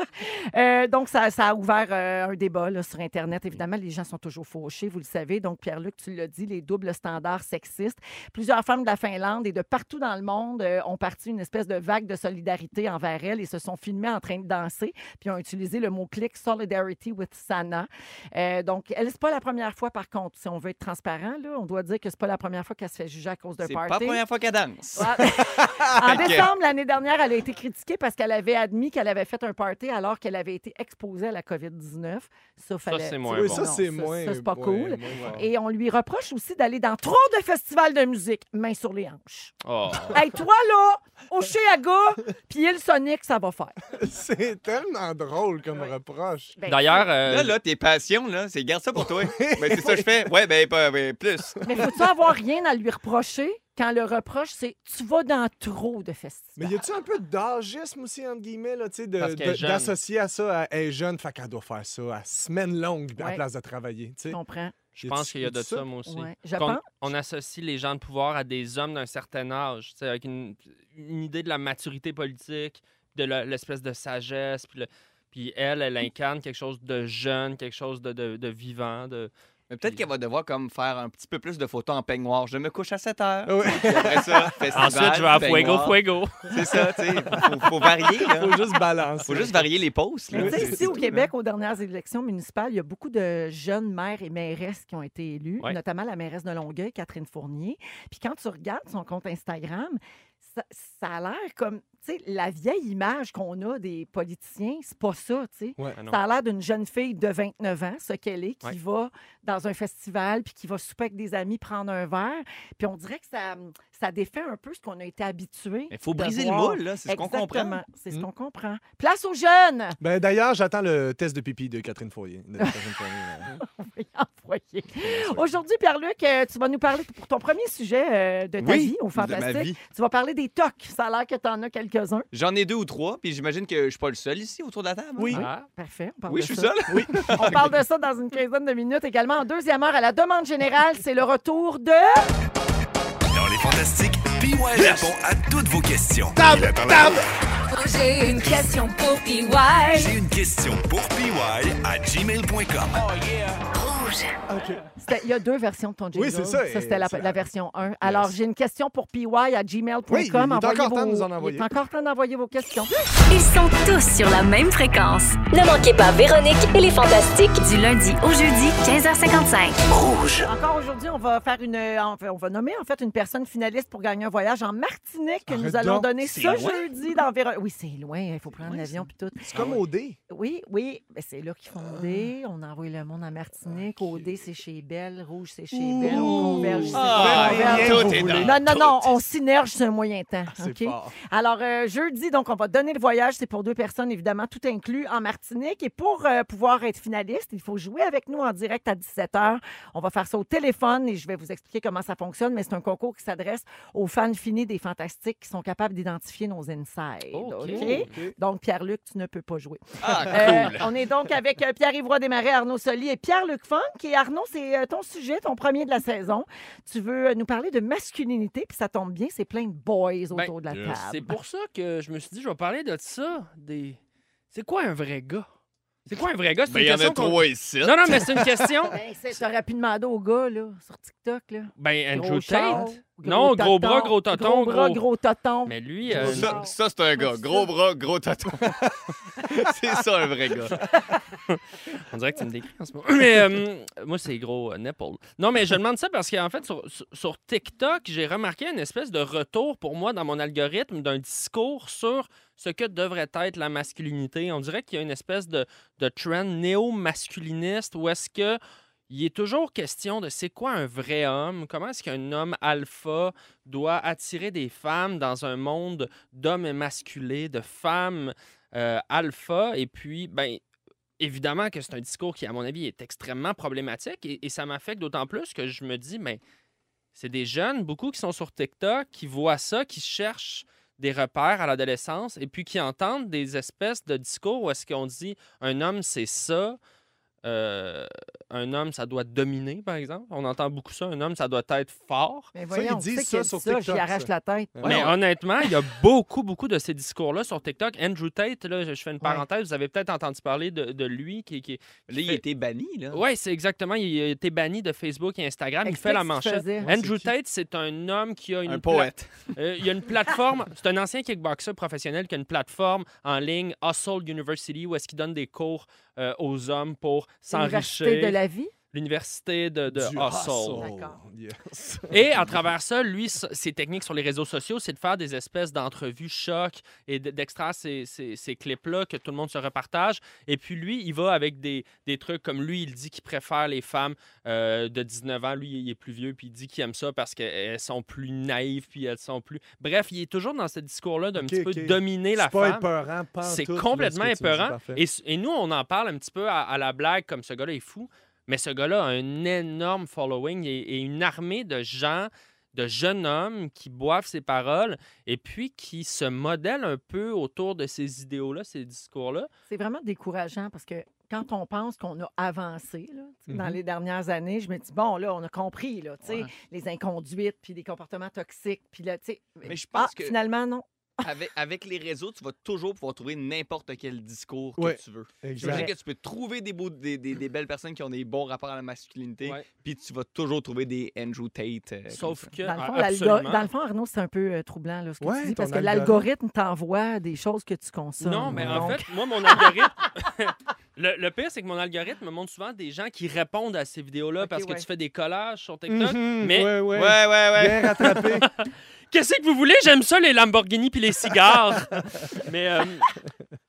S2: Euh, donc, ça, ça a ouvert euh, un débat là, sur Internet. Évidemment, les gens sont toujours fauchés, vous le savez. Donc, Pierre-Luc, tu l'as dit, les doubles standards sexistes. Plusieurs femmes de la Finlande et de partout dans le monde euh, ont parti une espèce de vague de solidarité envers elle et se sont filmées en train de danser, puis ont utilisé le mot-clic Solidarity with Sana. Euh, donc, elle, c'est pas la première fois, par contre, si on veut être transparent, là, on doit dire que c'est pas la première fois qu'elle se fait juger à cause d'un
S3: C'est
S2: party.
S3: pas la première fois qu'elle danse.
S2: Ouais. en
S3: Fait que-
S2: décembre l'année dernière, elle a été critiquée parce qu'elle avait admis qu'elle avait fait un party alors qu'elle avait été exposée à la COVID-19. Ça, fallait-
S4: c'est moins
S1: Oui,
S4: bon.
S1: ça, c'est
S2: non,
S1: moins.
S2: Ça, c'est pas
S1: ouais,
S2: cool.
S1: moins fort.
S2: Et on lui reproche aussi d'aller dans trop de festivals de musique, main sur les hanches.
S4: Oh.
S2: Hey, toi, là, Oceaga, puis il Sonic, ça va faire.
S1: C'est tellement drôle comme reproche.
S2: Ben,
S4: D'ailleurs, euh,
S3: Là, là, tes passions, là, c'est garde ça pour toi. Mais c'est ça que je fais. Ouais, ben, pas- ben, plus.
S2: Mais faut-tu avoir rien à lui reprocher quand le reproche, c'est tu vas dans trop de
S1: Mais
S2: festivals?
S1: y a-tu un peu d'agisme aussi, entre guillemets, là, tu sais, de-
S4: Parce qu'elle est
S1: de-
S4: jeune.
S1: d'associer à ça, à, elle est jeune, fait qu'elle doit faire ça à semaine longue à
S2: Ouais.
S1: la place de travailler, tu sais.
S2: Je comprends.
S4: je pense qu'il y a de
S1: y a-tu
S4: ça,
S1: ça?
S4: moi aussi.
S2: Ouais. Je
S4: qu'on-
S2: pense.
S4: on associe les gens de pouvoir à des hommes d'un certain âge, tu sais, avec une, une idée de la maturité politique, de la- l'espèce de sagesse. Puis, le- puis elle, elle incarne quelque chose de jeune, quelque chose de, de- de vivant. De...
S3: Mais peut-être qu'elle va devoir comme faire un petit peu plus de photos en peignoir. Je me couche à 7 heures.
S1: Ouais.
S3: Puis après ça, festival, peignoir.
S4: Fuego.
S3: C'est ça, tu sais. Faut, faut varier, là.
S1: Faut juste balancer.
S3: Faut juste varier les pauses, là.
S2: Mais tu sais,
S3: C'est-
S2: ici
S3: c'est
S2: au
S3: tout, hein.
S2: Québec, aux dernières élections municipales, il y a beaucoup de jeunes maires et mairesses qui ont été élus,
S4: Ouais.
S2: notamment la mairesse de Longueuil, Catherine Fournier. Puis quand tu regardes son compte Instagram, ça, ça a l'air comme, tu sais, la vieille image qu'on a des politiciens, c'est pas ça, tu sais.
S1: Ouais.
S4: Ah non.
S2: Ça a l'air d'une jeune fille de 29 ans, ce qu'elle est, qui
S4: Ouais.
S2: va dans un festival, puis qui va souper avec des amis, prendre un verre. Puis on dirait que ça, ça défait un peu ce qu'on a été habitué.
S3: Mais faut
S2: de
S3: briser le
S2: voir.
S3: moule, là. C'est ce qu'on comprend. Hmm.
S2: Exactement, c'est ce
S1: Mm.
S2: qu'on comprend. Place aux jeunes!
S1: Ben, D'ailleurs, j'attends le test de pipi de Catherine Fourier. de Catherine Fournier, là.
S2: Envoyé. Aujourd'hui, Pierre-Luc, euh, tu vas nous parler pour ton premier sujet euh, de ta
S3: Oui,
S2: vie au
S3: de ma
S2: Fantastique.
S3: vie.
S2: Tu vas parler des tocs. Ça a l'air que tu en as quelques-uns.
S3: J'en ai deux ou trois, puis j'imagine que je suis pas le seul ici autour de la table. hein?
S1: Oui.
S4: Ah.
S2: Parfait. On parle
S3: Oui,
S2: de
S3: je suis
S2: ça.
S3: seul. Oui.
S2: On parle de ça dans une quinzaine de minutes également. En deuxième heure, à la demande générale, c'est le retour de.
S6: Dans les fantastiques, PY répond à toutes vos questions. Il attend la-
S5: J'ai une question pour PY.
S6: J'ai une question pour PY à gmail.com.
S2: C'était- Il y a deux versions de ton jingle.
S1: Oui, c'est ça.
S2: Ça, c'était la,
S1: Et c'est
S2: la version 1. Alors, j'ai une question pour py à gmail.com.
S1: Oui, il est
S2: Envoyez
S1: encore
S2: vos-
S1: temps de nous en
S2: il est
S1: envoyer.
S2: encore temps d'envoyer vos questions.
S5: Ils sont tous sur la même fréquence.
S7: Ne manquez pas Véronique et les Fantastiques.
S5: Du lundi au jeudi, 15h55.
S2: Encore aujourd'hui, on va faire une, euh, on va- on va nommer en fait une personne finaliste pour gagner un voyage en Martinique que nous
S1: Arrête
S2: allons
S1: donc,
S2: donner ce
S3: c'est loin.
S2: jeudi dans Véro- Oui, c'est loin. Il faut prendre l'avion puis tout. ben,
S1: C'est comme au dé.
S2: Oui, oui, mais c'est là qu'ils font des. On envoie le monde en Martinique. codé, c'est chez Belle. Rouge, c'est chez Belle. On converge, c'est
S3: Ah,
S2: chez Belle.
S3: tout est dans-
S2: Non, non, non, on synerge sur un moyen temps.
S1: C'est
S2: OK?
S1: fort.
S2: Alors, euh, jeudi, donc, on va donner le voyage. C'est pour deux personnes, évidemment, tout inclus en Martinique. Et pour euh, pouvoir être finaliste, il faut jouer avec nous en direct à 17 h. On va faire ça au téléphone et je vais vous expliquer comment ça fonctionne. Mais c'est un concours qui s'adresse aux fans finis des Fantastiques qui sont capables d'identifier nos insides.
S4: OK.
S2: OK? Donc, Pierre-Luc, tu ne peux pas jouer.
S3: Ah,
S2: Euh,
S3: cool.
S2: on est donc avec euh, Pierre-Yves Roy Desmarais, Arnaud Soli et Pierre-Luc Funk. Et Arnaud, c'est euh, ton sujet, ton premier de la saison. Tu veux euh, nous parler de masculinité, puis ça tombe bien, c'est plein de boys
S4: Ben,
S2: autour de la
S6: yes.
S2: table.
S4: C'est pour ça que je me suis dit, je vais parler de ça. Des... C'est quoi un vrai gars? C'est quoi un vrai gars? C'est
S3: Ben,
S4: une
S3: il y en a
S4: question qu'on-
S3: trois ici.
S4: Non, non, mais c'est une question.
S2: Ben, c'est- T'aurais pu demander au gars, là, sur TikTok, là.
S4: Ben, Andrew
S2: Gros char,
S4: Tate. Non, gros
S2: toton,
S4: bras, gros toton,
S2: Gros bras,
S4: gros-
S2: gros toton.
S4: Mais lui,
S2: euh,
S3: Ça, ça, c'est un gars. Gros bras, gros tatou. c'est ça, un vrai gars.
S4: on dirait que tu me décris en ce moment. Mais euh, moi, c'est gros euh, nipple. Non, mais je demande ça parce qu'en fait, sur, sur- sur TikTok, j'ai remarqué une espèce de retour pour moi dans mon algorithme d'un discours sur ce que devrait être la masculinité. On dirait qu'il y a une espèce de, de trend néo-masculiniste où est-ce que il est toujours question de c'est quoi un vrai homme, comment est-ce qu'un homme alpha doit attirer des femmes dans un monde d'hommes émasculés, de femmes euh, alpha, et puis, ben, évidemment que c'est un discours qui, à mon avis, est extrêmement problématique et, et ça m'affecte d'autant plus que je me dis, mais c'est des jeunes, beaucoup qui sont sur TikTok, qui voient ça, qui cherchent des repères à l'adolescence et puis qui entendent des espèces de discours où est-ce qu'on dit un homme c'est ça, euh, un homme ça doit dominer par exemple. On entend beaucoup ça, un homme ça doit être fort.
S2: Mais
S1: Ça, ils
S2: voyons, tu sais
S1: disent ça
S2: qu'il y a
S1: sur
S2: ça,
S1: TikTok,
S2: j'y arrache
S1: ça.
S2: la tête.
S1: Ouais.
S4: Mais
S2: Voyons.
S4: honnêtement, il y a beaucoup, beaucoup de ces discours-là sur TikTok. Andrew Tate, là, je je fais une parenthèse, vous avez peut-être entendu parler de, de lui, qui, qui,
S3: Là, il
S4: Fait-
S3: était banni, là.
S4: oui, c'est exactement. Il a été banni de Facebook et Instagram. Il
S2: Explique
S4: fait la
S2: ce qu'il
S4: manchette.
S2: faisait.
S4: Andrew Tate, c'est un homme qui a une
S3: Un
S4: pla-
S3: poète.
S4: euh, il y a une plateforme. C'est un ancien kickboxer professionnel qui a une plateforme en ligne, Hustle University, où est-ce qu'il donne des cours euh, aux hommes pour
S2: L'université de
S4: s'enrichir.
S2: la vie.
S4: L'université de, de
S1: Du
S4: Hustle.
S1: hustle.
S2: D'accord.
S1: Yes.
S4: Et à travers ça, lui, s- ses techniques sur les réseaux sociaux, c'est de faire des espèces d'entrevues choc et d- d'extraire ces, ces- ces clips-là que tout le monde se repartage. Et puis lui, il va avec des, des trucs comme lui, il dit qu'il préfère les femmes euh, de 19 ans. Lui, il est plus vieux, puis il dit qu'il aime ça parce qu'elles sont plus naïves, puis elles sont plus. Bref, il est toujours dans ce discours-là d'un
S1: Ok,
S4: petit peu
S1: ok.
S4: dominer la
S1: C'est pas
S4: femme.
S1: épeurant, pas en
S4: C'est
S1: tout, là,
S4: complètement
S1: ce que tu me dis,
S4: épeurant.
S1: parfait.
S4: Et, s- et nous, on en parle un petit peu à, à la blague, comme ce gars-là est fou, mais ce gars-là a un énorme following et, et une armée de gens, de jeunes hommes qui boivent ses paroles et puis qui se modèlent un peu autour de ces idéaux-là, ces discours-là.
S2: C'est vraiment décourageant parce que quand on pense qu'on a avancé là, tu sais, dans
S1: Mhm.
S2: les dernières années, je me dis, bon, là, on a compris, là, tu sais, les inconduites, puis les comportements toxiques, puis là, tu sais.
S3: Mais je pense
S2: ah,
S3: que-
S2: finalement, non.
S3: Avec, avec les réseaux, tu vas toujours pouvoir trouver n'importe quel discours que
S1: Ouais.
S3: tu veux. Je veux
S1: Exact.
S3: dire que tu peux trouver des, beaux, des, des- des belles personnes qui ont des bons rapports à la masculinité,
S4: Ouais.
S3: puis tu vas toujours trouver des Andrew Tate. euh,
S4: Sauf
S3: comme ça.
S4: que.
S2: Dans le, fond,
S4: ah,
S2: l'algo-
S4: absolument.
S2: dans le fond, Arnaud, c'est un peu euh, troublant là, ce que
S1: Ouais,
S2: tu dis,
S1: ton
S2: parce que
S1: algorithme.
S2: l'algorithme t'envoie des choses que tu consommes.
S4: Non, mais en
S2: Donc,
S4: fait, moi, mon algorithme. le, le pire, c'est que mon algorithme me montre souvent des gens qui répondent à ces vidéos-là
S2: Ok,
S4: parce que
S2: ouais.
S4: tu fais des collages sur TikTok.
S1: Mhm,
S4: mais-
S1: ouais, ouais.
S3: Ouais, ouais, ouais.
S1: Bien rattrapé.
S4: Qu'est-ce que vous voulez? J'aime ça, les Lamborghini puis les cigares. mais, euh,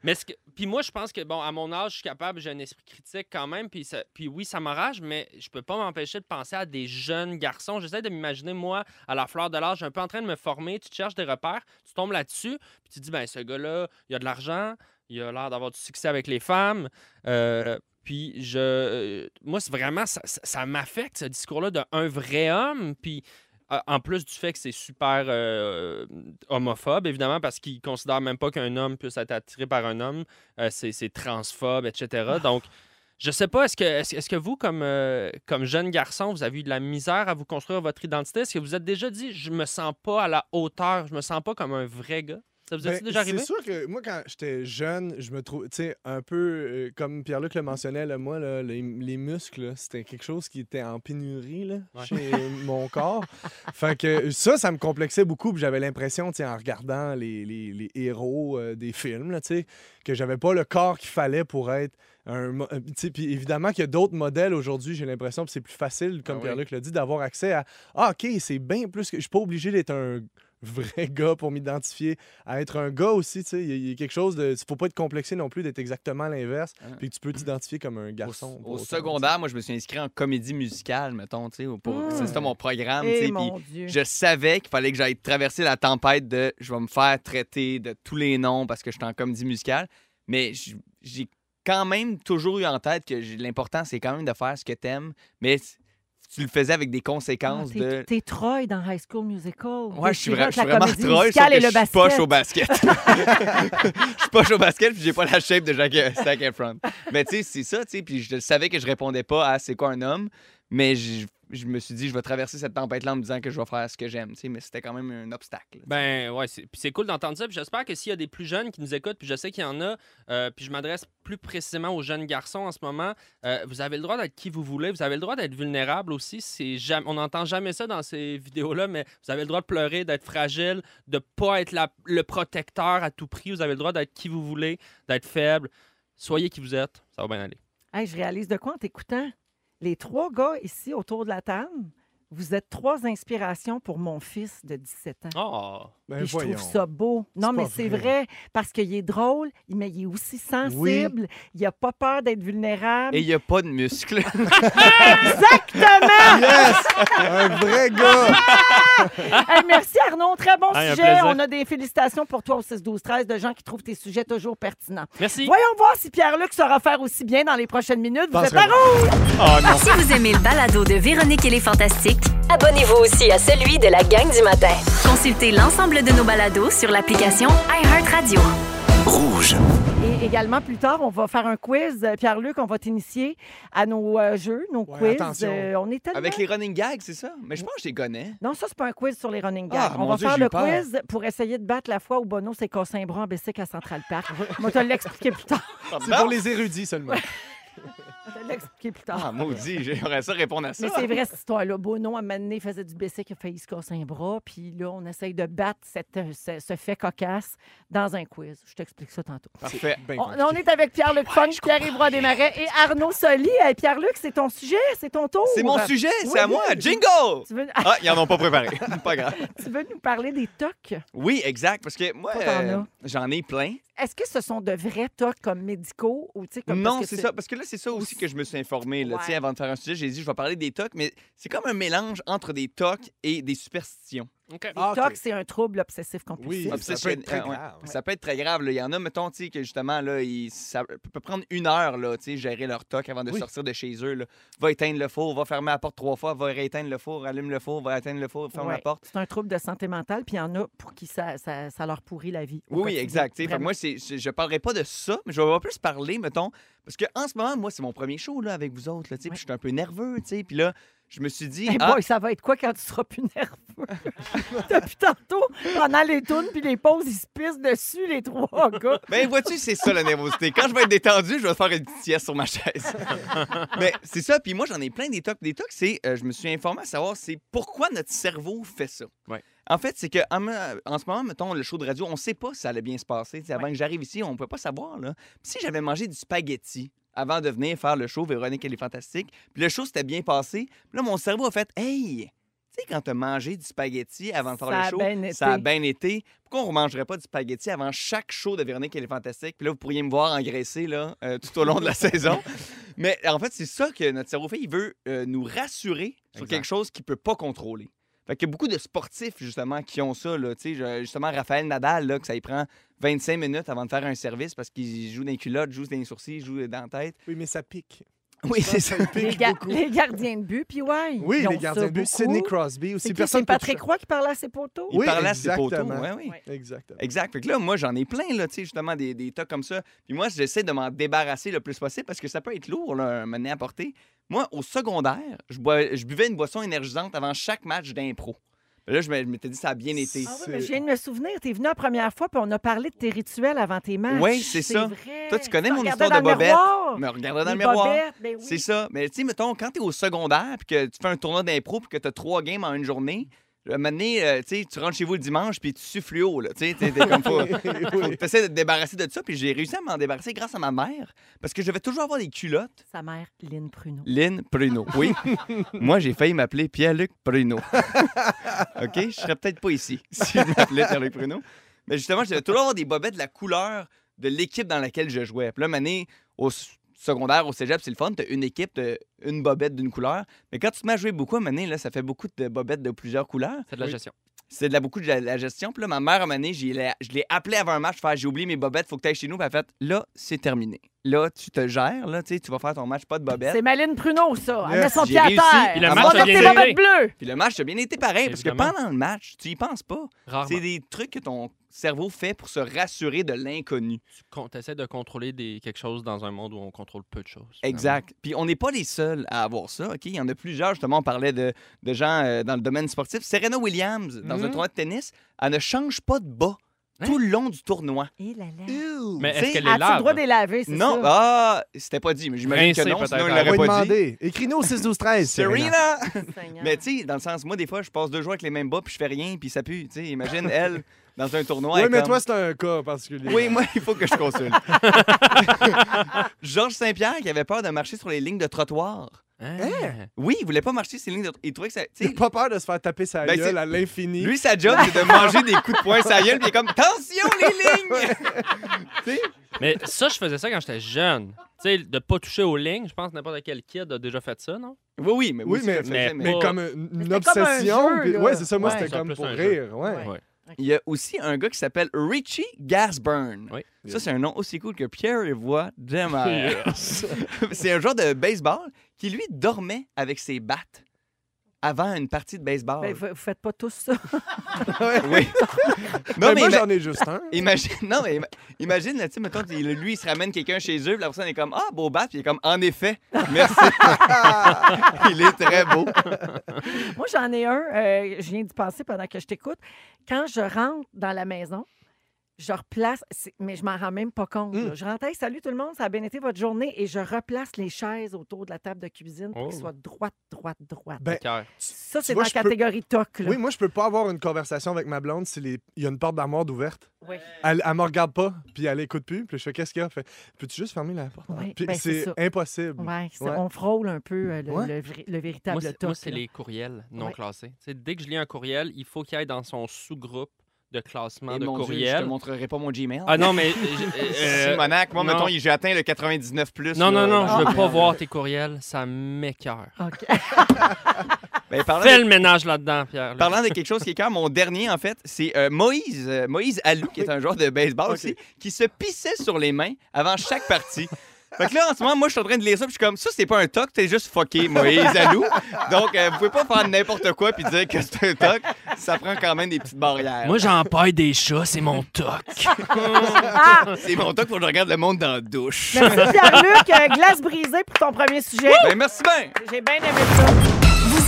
S4: mais ce que- puis moi, je pense que, bon, à mon âge, je suis capable, j'ai un esprit critique quand même. Puis, ça- puis oui, ça m'enrage, mais je peux pas m'empêcher de penser à des jeunes garçons. J'essaie de m'imaginer, moi, à la fleur de l'âge, un peu en train de me former. Tu te cherches des repères, tu tombes là-dessus, puis tu te dis, ben, ce gars-là, il a de l'argent, il a l'air d'avoir du succès avec les femmes. Euh, puis je, euh, moi, c'est vraiment, ça, ça- ça m'affecte, ce discours-là d'un vrai homme. Puis euh, en plus du fait que c'est super euh, homophobe, évidemment, parce qu'ils considèrent même pas qu'un homme puisse être attiré par un homme, euh, c'est c'est transphobe,
S1: Ah.
S4: etc. Donc, je sais pas, est-ce que, est que vous, comme, euh, comme jeune garçon, vous avez eu de la misère à vous construire votre identité? Est-ce que vous êtes déjà dit, je me sens pas à la hauteur, je me sens pas comme un vrai gars? Ça vous est
S1: Ben,
S4: déjà arrivé?
S1: C'est sûr que moi, quand j'étais jeune, je me trouve, tu sais, un peu euh, comme Pierre-Luc le mentionnait, là, moi, là, les, les muscles, là, c'était quelque chose qui était en pénurie là,
S4: Ouais.
S1: chez mon corps. Fait que ça, ça me complexait beaucoup. puis J'avais l'impression, tu sais, en regardant les, les- les héros euh, des films, là, tu sais, que j'avais pas le corps qu'il fallait pour être un. mo- euh, tu sais, Puis évidemment qu'il y a d'autres modèles aujourd'hui, j'ai l'impression, puis c'est plus facile,
S3: Ah
S1: comme
S3: oui.
S1: Pierre-Luc l'a dit, d'avoir accès à. Ah, OK, c'est bien plus que. Je suis pas obligé d'être un vrai gars pour m'identifier à être un gars aussi. tu sais. Il y, a- il y a quelque chose de. faut pas être complexé non plus d'être exactement l'inverse.
S3: Ah.
S1: Puis que tu peux t'identifier comme un garçon.
S3: Au, au
S1: pour autant,
S3: secondaire, moi, je me suis inscrit en comédie musicale, mettons, tu sais, pour-
S2: Mm.
S3: c'est- c'était mon programme, tu sais,
S2: Eh
S3: puis
S2: mon Dieu.
S3: je savais qu'il fallait que j'aille traverser la tempête de je vais me faire traiter de tous les noms parce que je suis en comédie musicale, mais j- j'ai quand même toujours eu en tête que j'ai- l'important c'est quand même de faire ce que t'aimes, mais c- tu le faisais avec des
S2: Ah,
S3: conséquences
S2: t'es-
S3: de
S2: T'es Troy dans High School Musical.
S3: Ouais, je suis,
S2: Déchirante,
S3: vra- je suis
S2: la
S3: vraiment
S2: comédie
S3: troll, sauf
S2: musicale
S3: que
S2: et
S3: je
S2: le
S3: suis
S2: basket.
S3: poche au basket. je suis poche au basket, puis j'ai pas la shape de Jack Stack Efron. Mais tu sais, c'est ça, tu sais, puis je savais que je répondais pas à c'est quoi un homme, mais je, je me suis dit je vais traverser cette tempête-là en me disant que je vais faire ce que j'aime, tu sais, mais c'était quand même un obstacle.
S4: Ben ouais, c'est- puis c'est cool d'entendre ça. Puis j'espère que s'il y a des plus jeunes qui nous écoutent, puis je sais qu'il y en a, euh, puis je m'adresse plus précisément aux jeunes garçons en ce moment. euh, vous avez le droit d'être qui vous voulez, vous avez le droit d'être vulnérable aussi. C'est jamais, on n'entend jamais ça dans ces vidéos-là, mais vous avez le droit de pleurer, d'être fragile, de pas être la- le protecteur à tout prix. Vous avez le droit d'être qui vous voulez, d'être faible. Soyez qui vous êtes, ça va bien aller.
S2: Hey, je réalise de quoi en t'écoutant. Les trois gars ici autour de la table, vous êtes trois inspirations pour mon fils de 17 ans.
S4: Oh,
S1: Ben,
S2: Puis je trouve
S1: voyons.
S2: ça beau. Non,
S1: C'est
S2: mais
S1: pas
S2: c'est
S1: vrai.
S2: vrai, parce qu'il est drôle, mais il est aussi sensible. Il n'a pas peur d'être vulnérable.
S3: Et il y a pas de muscles.
S2: Exactement!
S1: Yes! Un vrai gars!
S2: Hey, merci Arnaud, très bon
S4: Hey, un
S2: sujet.
S4: plaisir.
S2: On a des félicitations pour toi au 6-12-13 de gens qui trouvent tes sujets toujours pertinents.
S4: merci.
S2: Voyons voir si Pierre-Luc saura faire aussi bien dans les prochaines minutes. Vous
S1: Penserais
S2: êtes à
S1: pas.
S2: rouge!
S5: Si vous aimez le balado de Véronique et les Fantastiques,
S7: Abonnez-vous aussi à celui de la gang du matin.
S5: consultez l'ensemble de nos balados sur l'application iHeartRadio.
S6: Rouge.
S2: Et également, plus tard, on va faire un quiz. Euh, Pierre-Luc, on va t'initier à nos euh, jeux, nos
S1: Ouais,
S2: quiz. Euh,
S1: attention.
S2: on est tellement...
S3: avec les running gags, c'est ça? Mais je pense que je les connais.
S2: Non, ça, c'est pas un quiz sur les running gags.
S3: Ah,
S2: on
S3: mon
S2: va
S3: Dieu,
S2: faire
S3: j'ai
S2: le
S3: eu peur.
S2: quiz pour essayer de battre la fois où Bono s'est cassé un bras en bicycle à Central
S3: Ah
S2: Park. Moi, te l'expliquer plus tard.
S1: C'est pour les érudits seulement.
S2: Je vais te l'expliquer plus tard.
S3: Ah, maudit, j'aimerais ça répondre à ça.
S2: Mais c'est vrai, cette histoire-là. Bono, à un moment donné, il faisait du bicycle, il a failli se casser un bras. Puis là, on essaye de battre cette, euh, ce, ce fait cocasse dans un quiz. Je t'explique ça tantôt.
S3: Parfait.
S1: Ben,
S2: On, on est avec Pierre-Luc Funk, Pierre-Yves Roy Desmarais et Arnaud Soli. Hey, Pierre-Luc, c'est ton sujet, c'est ton tour.
S3: C'est mon sujet, c'est
S2: Oui,
S3: à moi.
S2: oui.
S3: Jingle!
S2: Tu veux,
S3: Ah, ils en ont pas préparé. pas grave.
S2: tu veux nous parler des tocs?
S3: Oui, exact, parce que moi,
S2: Toi, t'en
S3: euh,
S2: as.
S3: j'en ai plein.
S2: Est-ce que ce sont de vrais tocs comme médicaux ou tu sais comme
S3: Non,
S2: parce que
S3: c'est ça. Parce que là, c'est ça aussi que je me suis informé. Là,
S2: Ouais.
S3: Tu sais, Avant de faire un sujet, j'ai dit, je vais parler des tocs, mais c'est comme un mélange entre des tocs et des superstitions.
S4: OK.
S2: Les
S1: Ah, ok.
S2: tocs, c'est un trouble obsessif
S1: Oui,
S2: compulsif.
S1: ça peut être
S3: hein,
S1: très grave.
S3: Ça peut être très grave. là. Il y en a, mettons, tu sais, que justement, là, ils- ça peut prendre une heure, là, tu sais, gérer leur toc avant de
S1: Oui.
S3: sortir de chez eux. là. Va éteindre le four, va fermer la porte trois fois, va rééteindre le four, allume le four, va éteindre le four, ferme la
S2: Ouais.
S3: porte.
S2: C'est un trouble de santé mentale, puis il y en a pour qui ça, ça, ça leur pourrit la vie. au
S3: Oui, oui,
S2: quotidien.
S3: exact. tu sais. Fait que
S2: Vraiment.
S3: moi, c'est- je, je parlerai pas de ça, mais je vais plus parler, mettons, parce que en ce moment, moi, c'est mon premier show là, avec vous autres. Là, tu sais,
S2: Ouais.
S3: puis je suis un peu nerveux, tu sais, puis là, je me suis dit,
S2: Hey
S3: ah,
S2: boy, ça va être quoi quand tu seras plus nerveux? Depuis tantôt, pendant les tunes puis les pauses, ils se pissent dessus, les trois gars.
S3: ben vois-tu, c'est ça la nervosité. Quand je vais être détendu, je vais faire une petite sieste sur ma chaise. mais c'est ça, puis moi, j'en ai plein des tocs. Des tocs, c'est, euh, je me suis informé à savoir, c'est pourquoi notre cerveau fait ça.
S4: Ouais.
S3: En fait, c'est que en, me- en ce moment, mettons, le show de radio, on sait pas si ça allait bien se passer. Tu sais, Avant que j'arrive ici, on ne peut pas savoir. Là. Puis si j'avais mangé du spaghetti avant de venir faire le show Véronique elle est fantastique, puis le show s'était bien passé, puis là mon cerveau a fait hey, tu sais quand tu as mangé du spaghetti avant de faire
S2: Ça a
S3: le show,
S2: bien
S3: ça a
S2: été.
S3: bien été. Pourquoi on ne mangerait pas du spaghetti avant chaque show de Véronique elle est fantastique Puis là vous pourriez me voir engraisser là euh, tout au long de la saison. Mais en fait, c'est ça que notre cerveau fait, il veut euh, nous rassurer sur
S1: Exact.
S3: quelque chose qu'il peut pas contrôler. Fait qu'il y a beaucoup de sportifs, justement, qui ont ça. Là, Tu sais, je- justement, Raphaël Nadal, là, que ça y prend 25 minutes avant de faire un service parce qu'il joue dans les culottes, joue dans les sourcils, joue dans la tête.
S1: Oui, mais ça pique.
S3: Oui, c'est ça.
S2: Les, ga- les gardiens de but, puis ouais.
S1: Oui,
S2: ils ont
S1: les gardiens
S2: ça
S1: de but,
S2: beaucoup.
S1: Sidney Crosby aussi.
S2: C'est qui?
S1: personne
S2: C'est
S1: peut
S2: Patrick
S1: toucher-
S2: Roy qui parlait à ses poteaux?
S3: Il
S1: Oui,
S3: parlait à ses poteaux.
S1: exactement.
S3: ouais, oui.
S2: Ouais.
S1: Exactement.
S3: Exact. Fait que là, moi, j'en ai plein, là, tu sais, justement, des, des tas comme ça. Puis moi, j'essaie de m'en débarrasser le plus possible parce que ça peut être lourd, là, un moment donné à porter. Moi, au secondaire, je, bois- je buvais une boisson énergisante avant chaque match d'impro. Puis Là, je me- je m'étais dit, ça a bien été.
S2: Ah oui,
S1: C'est-
S2: mais je viens de me souvenir, t'es venu la première fois, puis on a parlé de tes rituels avant tes matchs.
S3: Oui, c'est ça.
S2: vrai.
S3: Toi, tu connais
S2: te
S3: mon
S2: regardais
S3: histoire de
S2: dans le
S3: bobette.
S2: miroir.
S3: Me regardais dans le
S2: Les
S3: miroir.
S2: bobettes, ben oui.
S3: C'est ça. Mais tu sais, mettons, quand t'es au secondaire puis que tu fais un tournoi d'impro puis que t'as trois games en une journée, À un moment donné, euh, tu sais, tu rentres chez vous le dimanche, puis tu sues fluo, là. Tu sais, t'es- t'es comme faut- faut- T'essaies de te débarrasser de ça, puis j'ai réussi à m'en débarrasser grâce à ma mère, parce que je vais toujours avoir des culottes.
S2: Sa mère, Lynn Pruneau.
S3: Lynn Pruneau, oui. Moi, j'ai failli m'appeler Pierre-Luc Pruneau. OK? Je serais peut-être pas ici si je m'appelais Pierre-Luc Pruneau. Mais justement, je devais toujours avoir des bobettes de la couleur de l'équipe dans laquelle je jouais. Puis là, mané, au s- secondaire, au cégep, c'est le fun. T'as une équipe, t'as une bobette d'une couleur. Mais quand tu te mets à jouer beaucoup, mané, là, ça fait beaucoup de bobettes de plusieurs couleurs.
S4: C'est de la gestion.
S3: C'est de la, beaucoup de la, la gestion. Puis là, ma mère, à un moment donné, j'ai la- je l'ai appelée avant un match, faire j'ai oublié mes bobettes, faut que tu ailles chez nous. Puis elle a fait là, c'est terminé. Là, tu te gères, là, tu sais, tu vas faire ton match, pas de bobettes.
S2: C'est Maline Pruneau, ça. Elle
S1: Yes.
S2: met son
S3: J'ai
S2: pied à
S3: réussi.
S2: terre.
S3: Et le
S2: On
S3: match
S2: va
S3: a
S2: mettre
S3: bien
S2: tes
S4: été.
S2: bobettes bleues.
S3: Puis le match, ça a bien été pareil, parce que
S4: Évidemment.
S3: pendant le match, tu y penses pas. C'est
S4: Rarement.
S3: des trucs que ton cerveau fait pour se rassurer de l'inconnu.
S4: Tu essaies de contrôler des... quelque chose dans un monde où on contrôle peu de choses. finalement.
S3: Exact. Puis on n'est pas les seuls à avoir ça, OK? Il y en a plusieurs, justement, on parlait de, de gens euh, dans le domaine sportif. Serena Williams, dans
S1: Mhm.
S3: un tournoi de tennis, elle ne change pas de bas
S4: Hein?
S3: tout le long du tournoi.
S2: Et là, là.
S4: Mais
S3: Tu sais,
S4: est-ce qu'elle est
S2: As-tu le
S4: là?
S2: droit de les laver, Ah, c'est
S3: Non,
S2: ça?
S3: ah, c'était pas dit, mais j'imagine que
S4: Rincée,
S3: non, sinon
S4: peut-être,
S3: il
S1: On va
S3: l'aurait
S1: lui
S3: pas dit.
S1: demander. Écris-nous au 6 12 13
S3: Serena!
S2: Seigneur.
S3: Ah. Mais tu sais, dans le sens, moi, des fois, je passe deux jours avec les mêmes bas, puis je fais rien, puis ça pue. Tu sais, imagine, elle, dans un tournoi.
S1: Oui,
S3: elle
S1: mais
S3: comme-
S1: toi, c'est un cas particulier.
S3: Oui, moi, il faut que je consulte. Georges Saint-Pierre qui avait peur de marcher sur les lignes de trottoir.
S4: Hein?
S3: Oui, il voulait pas marcher sur les lignes de trottoir. Il trouvait que ça. tu
S1: Il
S3: sais,
S1: a pas peur de se faire taper sa
S3: Ben,
S1: gueule
S3: c'est-
S1: à l'infini.
S3: Lui, sa job, c'est de manger des coups de poing sa gueule, puis il est comme Tension, les lignes! Tu sais,
S4: Mais ça, je faisais ça quand j'étais jeune. Tu sais, de pas toucher aux lignes, je pense que n'importe quel kid a déjà fait ça, non?
S3: oui, oui, mais
S1: Oui,
S3: oui,
S1: mais-
S3: mais, mais...
S1: Mais
S4: Pas-
S1: comme une, une
S2: Mais c'était comme un
S1: obsession.
S2: jeu,
S1: puis-
S2: là.
S1: ouais, c'est ça, moi,
S2: Ouais.
S1: c'était
S4: Ça,
S1: comme
S4: plus
S1: pour
S4: un
S1: rire. Ouais.
S2: Ouais.
S3: Il y a aussi un gars qui s'appelle Richie Gasburn.
S4: Oui.
S3: Ça, c'est un nom aussi cool que Pierre Evoy Demers. c'est un joueur de baseball qui, lui, dormait avec ses battes avant une partie de baseball.
S2: Ben, vous, vous faites pas tous ça.
S3: Oui. non,
S1: Mais
S3: mais,
S1: Ben,
S3: ben
S1: moi,
S3: ima-
S1: j'en ai juste un.
S3: imagine, non, mais ima- imagine, là, tu sais, mettons, il- lui, il se ramène quelqu'un chez eux, puis la personne est comme, ah, beau bat, puis il est comme, en effet, merci. il est très beau.
S2: Moi, j'en ai un. euh, je viens d'y penser pendant que je t'écoute. Quand je rentre dans la maison, je replace, c'est- mais je m'en rends même pas compte.
S1: Mm.
S2: là. Je rentre, Hey, salut tout le monde, ça a bien été votre journée, et je replace les chaises autour de la table de cuisine pour qu'elles
S4: Oh.
S2: soient droites, droites, droites.
S1: Ben,
S4: Cœur.
S2: ça, c'est
S1: vois,
S2: dans la
S1: je peux-
S2: catégorie toc. là.
S1: Oui, moi, je peux pas avoir une conversation avec ma blonde s'il y a une porte d'armoire d'ouverte.
S2: Oui.
S1: Elle, elle me regarde pas, puis elle écoute plus. Puis je fais, qu'est-ce qu'il y a? Elle Fait, peux-tu juste fermer la porte?
S2: Ouais,
S1: Puis
S2: ben, c'est
S1: c'est
S2: ça.
S1: impossible.
S2: Ouais, c'est-
S1: Ouais.
S2: On frôle un peu euh, le,
S1: Ouais.
S2: le vrai- le véritable
S4: Moi, c'est-
S2: toc.
S4: moi, c'est
S2: là.
S4: les courriels non
S2: Ouais.
S4: classés. Tu sais, dès que je lis un courriel, il faut qu'il aille dans son sous-groupe de classement
S3: Et Eh
S4: de
S3: mon Dieu, je
S4: courriels.
S3: te montrerai pas mon Gmail.
S4: ah non, mais. euh, euh,
S3: Simonac, moi,
S4: non.
S3: mettons, il- j'ai atteint le 99 plus. Ah.
S4: non, non, non, je veux pas
S3: voir.
S4: voir tes courriels, ça m'écœure.
S2: OK.
S3: Ben, parlant,
S4: Fais
S3: de,
S4: le ménage là-dedans, Pierre. là.
S3: parlant de quelque chose qui est quand mon dernier, en fait, c'est euh, Moïse, euh, Moïse Alou, qui est un joueur de baseball
S1: Ok.
S3: aussi, qui se pissait sur les mains avant chaque partie. Fait que là, en ce moment, moi, je suis en train de lire ça, puis je suis comme, ça, c'est pas un toc, t'es juste fucké, Moïse Alou. Donc, euh, vous pouvez pas faire n'importe quoi puis dire que c'est un toc. Ça prend quand même des petites barrières.
S4: Moi, j'empaille des chats, c'est mon toc.
S3: c'est mon toc, faut que je regarde le monde dans la douche.
S2: Merci, Pierre-Luc. Euh, glace brisée pour ton premier sujet.
S3: Ben, merci bien.
S2: J'ai bien aimé ça.
S5: Vous